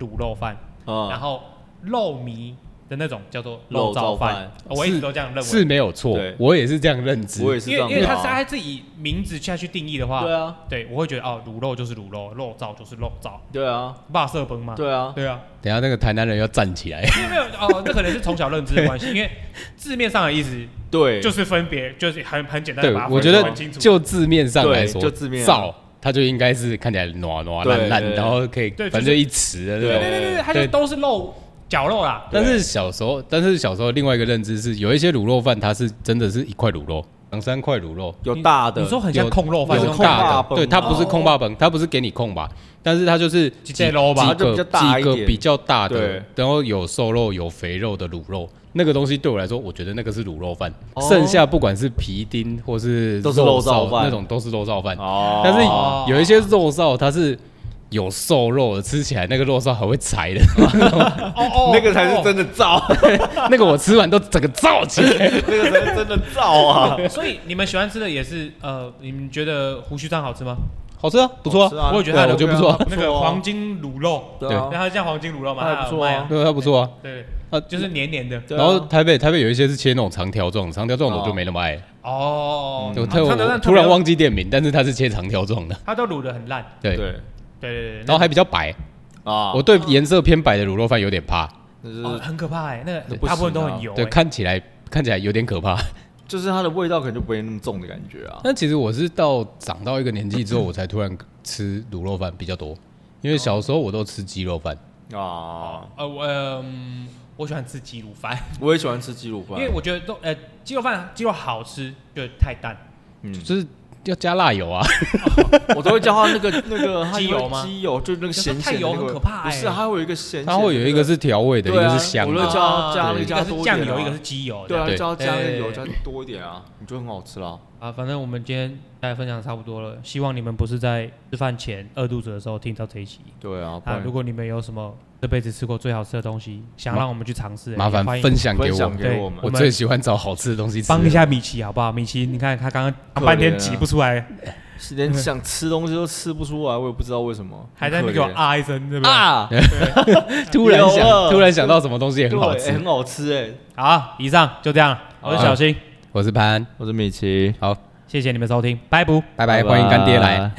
S1: 卤肉饭，然
S2: 嗯
S3: 啊，
S1: 后肉糜的那种叫做
S3: 肉
S1: 燥
S3: 燥饭
S1: 饭，哦我一直都这样认为。
S2: 是没有错
S3: 对，
S2: 我也是这样认知。
S3: 我也是这
S1: 因
S3: 样
S1: 为因为
S3: 子
S1: 他
S3: 啊
S1: 是他自己名字下去定义的话，
S3: 对啊，
S1: 对我会觉得哦，卤肉就是卤肉，肉燥就是肉燥，
S3: 对啊，
S1: 霸色崩嘛。
S3: 对啊，
S1: 对啊，
S2: 等一下那个台南人要站起 来，
S1: 因为没有哦，这可能是从小认知的关系，因为字面上的意思
S3: 对，
S1: 就是是分别，就是很很简单
S2: 对
S1: 的把它
S2: 我
S1: 分
S2: 觉
S1: 得
S2: 得
S1: 很清楚。
S2: 就字面上来说，
S3: 对就字面啊
S2: 燥它就应该是看起来暖暖烂
S3: 对
S2: 烂，
S3: 对
S2: 然后可以
S1: 对就是
S2: 反正就一池的那
S1: 对
S2: 种
S1: 对。对对对，它就
S2: 对
S1: 都是肉绞肉啦。
S2: 但是小时候，但是小时候另外一个认知是，有一些卤肉饭它是真的是一块卤肉，两三块卤肉，
S3: 有大的，
S1: 你说很像
S2: 有
S1: 控肉饭那
S2: 有
S1: 种感觉，
S2: 大
S3: 控霸
S2: 的，
S3: 本
S2: 对，它不是
S3: 哦
S2: 空霸本，它不是给你空吧，但是它就是
S1: 几块肉吧
S2: 几
S3: 它就比
S2: 个
S3: 较大
S2: 几
S3: 一
S2: 个
S3: 点
S2: 比较大的
S3: 对，
S2: 然后有瘦肉有肥肉的卤肉，那个东西对我来说，我觉得那个是卤肉饭，
S3: 哦
S2: 剩下不管是皮丁或是
S3: 都是
S2: 肉
S3: 肉燥饭
S2: 那种都是肉燥饭，
S3: 哦，
S2: 但是有一些肉燥它是。有瘦肉的，吃起来那个肉燥还会柴的，
S1: 哦哦，
S3: 那个才是
S1: 哦
S3: 真的燥，
S2: 那个我吃完都整个燥起来。
S3: 那个才是真的燥啊，
S1: 所以你们喜欢吃的也是呃，你们觉得胡须章好吃吗？
S2: 好吃啊，不错
S3: 好吃啊
S1: 我也觉得它
S2: 对啊我觉得不错啊
S3: 不
S1: 那
S3: 错啊
S1: 个黄金卤肉，
S3: 对啊
S1: 然后像黄金卤肉嘛，
S3: 还不错啊
S1: 它有卖啊
S2: 对它不错啊。
S1: 对，
S2: 啊，
S1: 就是黏黏的
S3: 对啊
S2: 然后台北台北有一些是切那种长条状，长条状的我就
S3: 哦
S2: 没那么爱。
S1: 哦。
S2: 嗯我
S1: 它
S2: 特
S1: 它
S2: 我
S1: 它
S2: 突然忘记店名，但是它是切长条状的，
S1: 它都卤的很烂，
S2: 对，
S3: 对
S1: 对对对，
S2: 然后还比较白。
S3: 啊，
S2: 我对颜色偏白的卤肉饭有点怕，
S3: 就
S1: 那哦
S3: 是
S1: 很可怕哎，那个
S3: 那不行啊
S1: 大部分都很油
S2: 对，
S1: 哎，
S2: 看起来看起来有点可怕。
S3: 就是它的味道可能就不会那么重的感觉啊，
S2: 但其实我是到长到一个年纪之后，我才突然吃卤肉饭比较多，因为小时候我都吃鸡肉饭，
S3: 啊，
S1: 呃我嗯我喜欢吃鸡卤饭，
S3: 我也喜欢吃鸡肉
S1: 因
S3: 饭，
S1: 为我觉得都呃鸡肉饭鸡肉好吃，就太淡，
S3: 嗯，
S2: 就是要加辣油啊。
S3: 我都会叫它那 个那个它
S1: 鸡
S3: 有
S1: 油吗
S3: 鸡油，就是那个咸咸的
S1: 有时候太油
S3: 那个
S1: 很可怕
S3: 不
S1: 欸
S3: 是，它会有一个咸，
S2: 它会有一个是调味的，一
S3: 对啊
S2: 个是香
S3: 我都
S2: 的
S3: 会。加
S1: 啊
S3: 加
S1: 一
S2: 那个
S1: 个
S3: 加
S1: 是
S3: 多一
S1: 酱
S3: 点
S1: 油，
S3: 啊
S1: 一个是鸡油，
S3: 对啊，
S2: 对
S3: 叫它加那个油
S1: 对
S3: 加多一点啊，你就很好吃了。
S1: 啊，反正我们今天大家分享差不多了，希望你们不是在吃饭前饿肚子的时候听到这一集。
S3: 对啊，不
S1: 啊，
S3: 然
S1: 如果你们有什么这辈子吃过最好吃的东西，想让我们去尝试，
S2: 麻烦
S1: 也欢迎
S2: 分享给
S3: 分
S2: 我
S3: 享，
S1: 对
S3: 给我们
S2: 我
S1: 我们
S2: 最喜欢找好吃的东西吃。
S1: 帮一下米奇好不好？米奇，你看他刚刚讲半天
S3: 可怜啊
S1: 挤不出 来，
S3: 是连想吃东西都吃不出来，我也不知道为什么，
S1: 还在那边给
S3: 个
S1: 我啊一声，对不对？
S3: 啊，
S2: 突然
S3: 有
S2: 想
S3: 了
S2: 突然想到什么东西也很
S3: 对
S2: 好
S3: 欸
S2: 吃。
S3: 很好吃哎。
S1: 好，以上就这样，我是小新，
S2: 我是潘，
S3: 我是米奇，
S2: 好，
S1: 谢谢你们收听，拜拜。
S2: 拜拜，欢迎干爹来。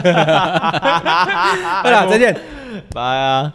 S3: 拜
S2: 对了，再见。
S3: 拜啊。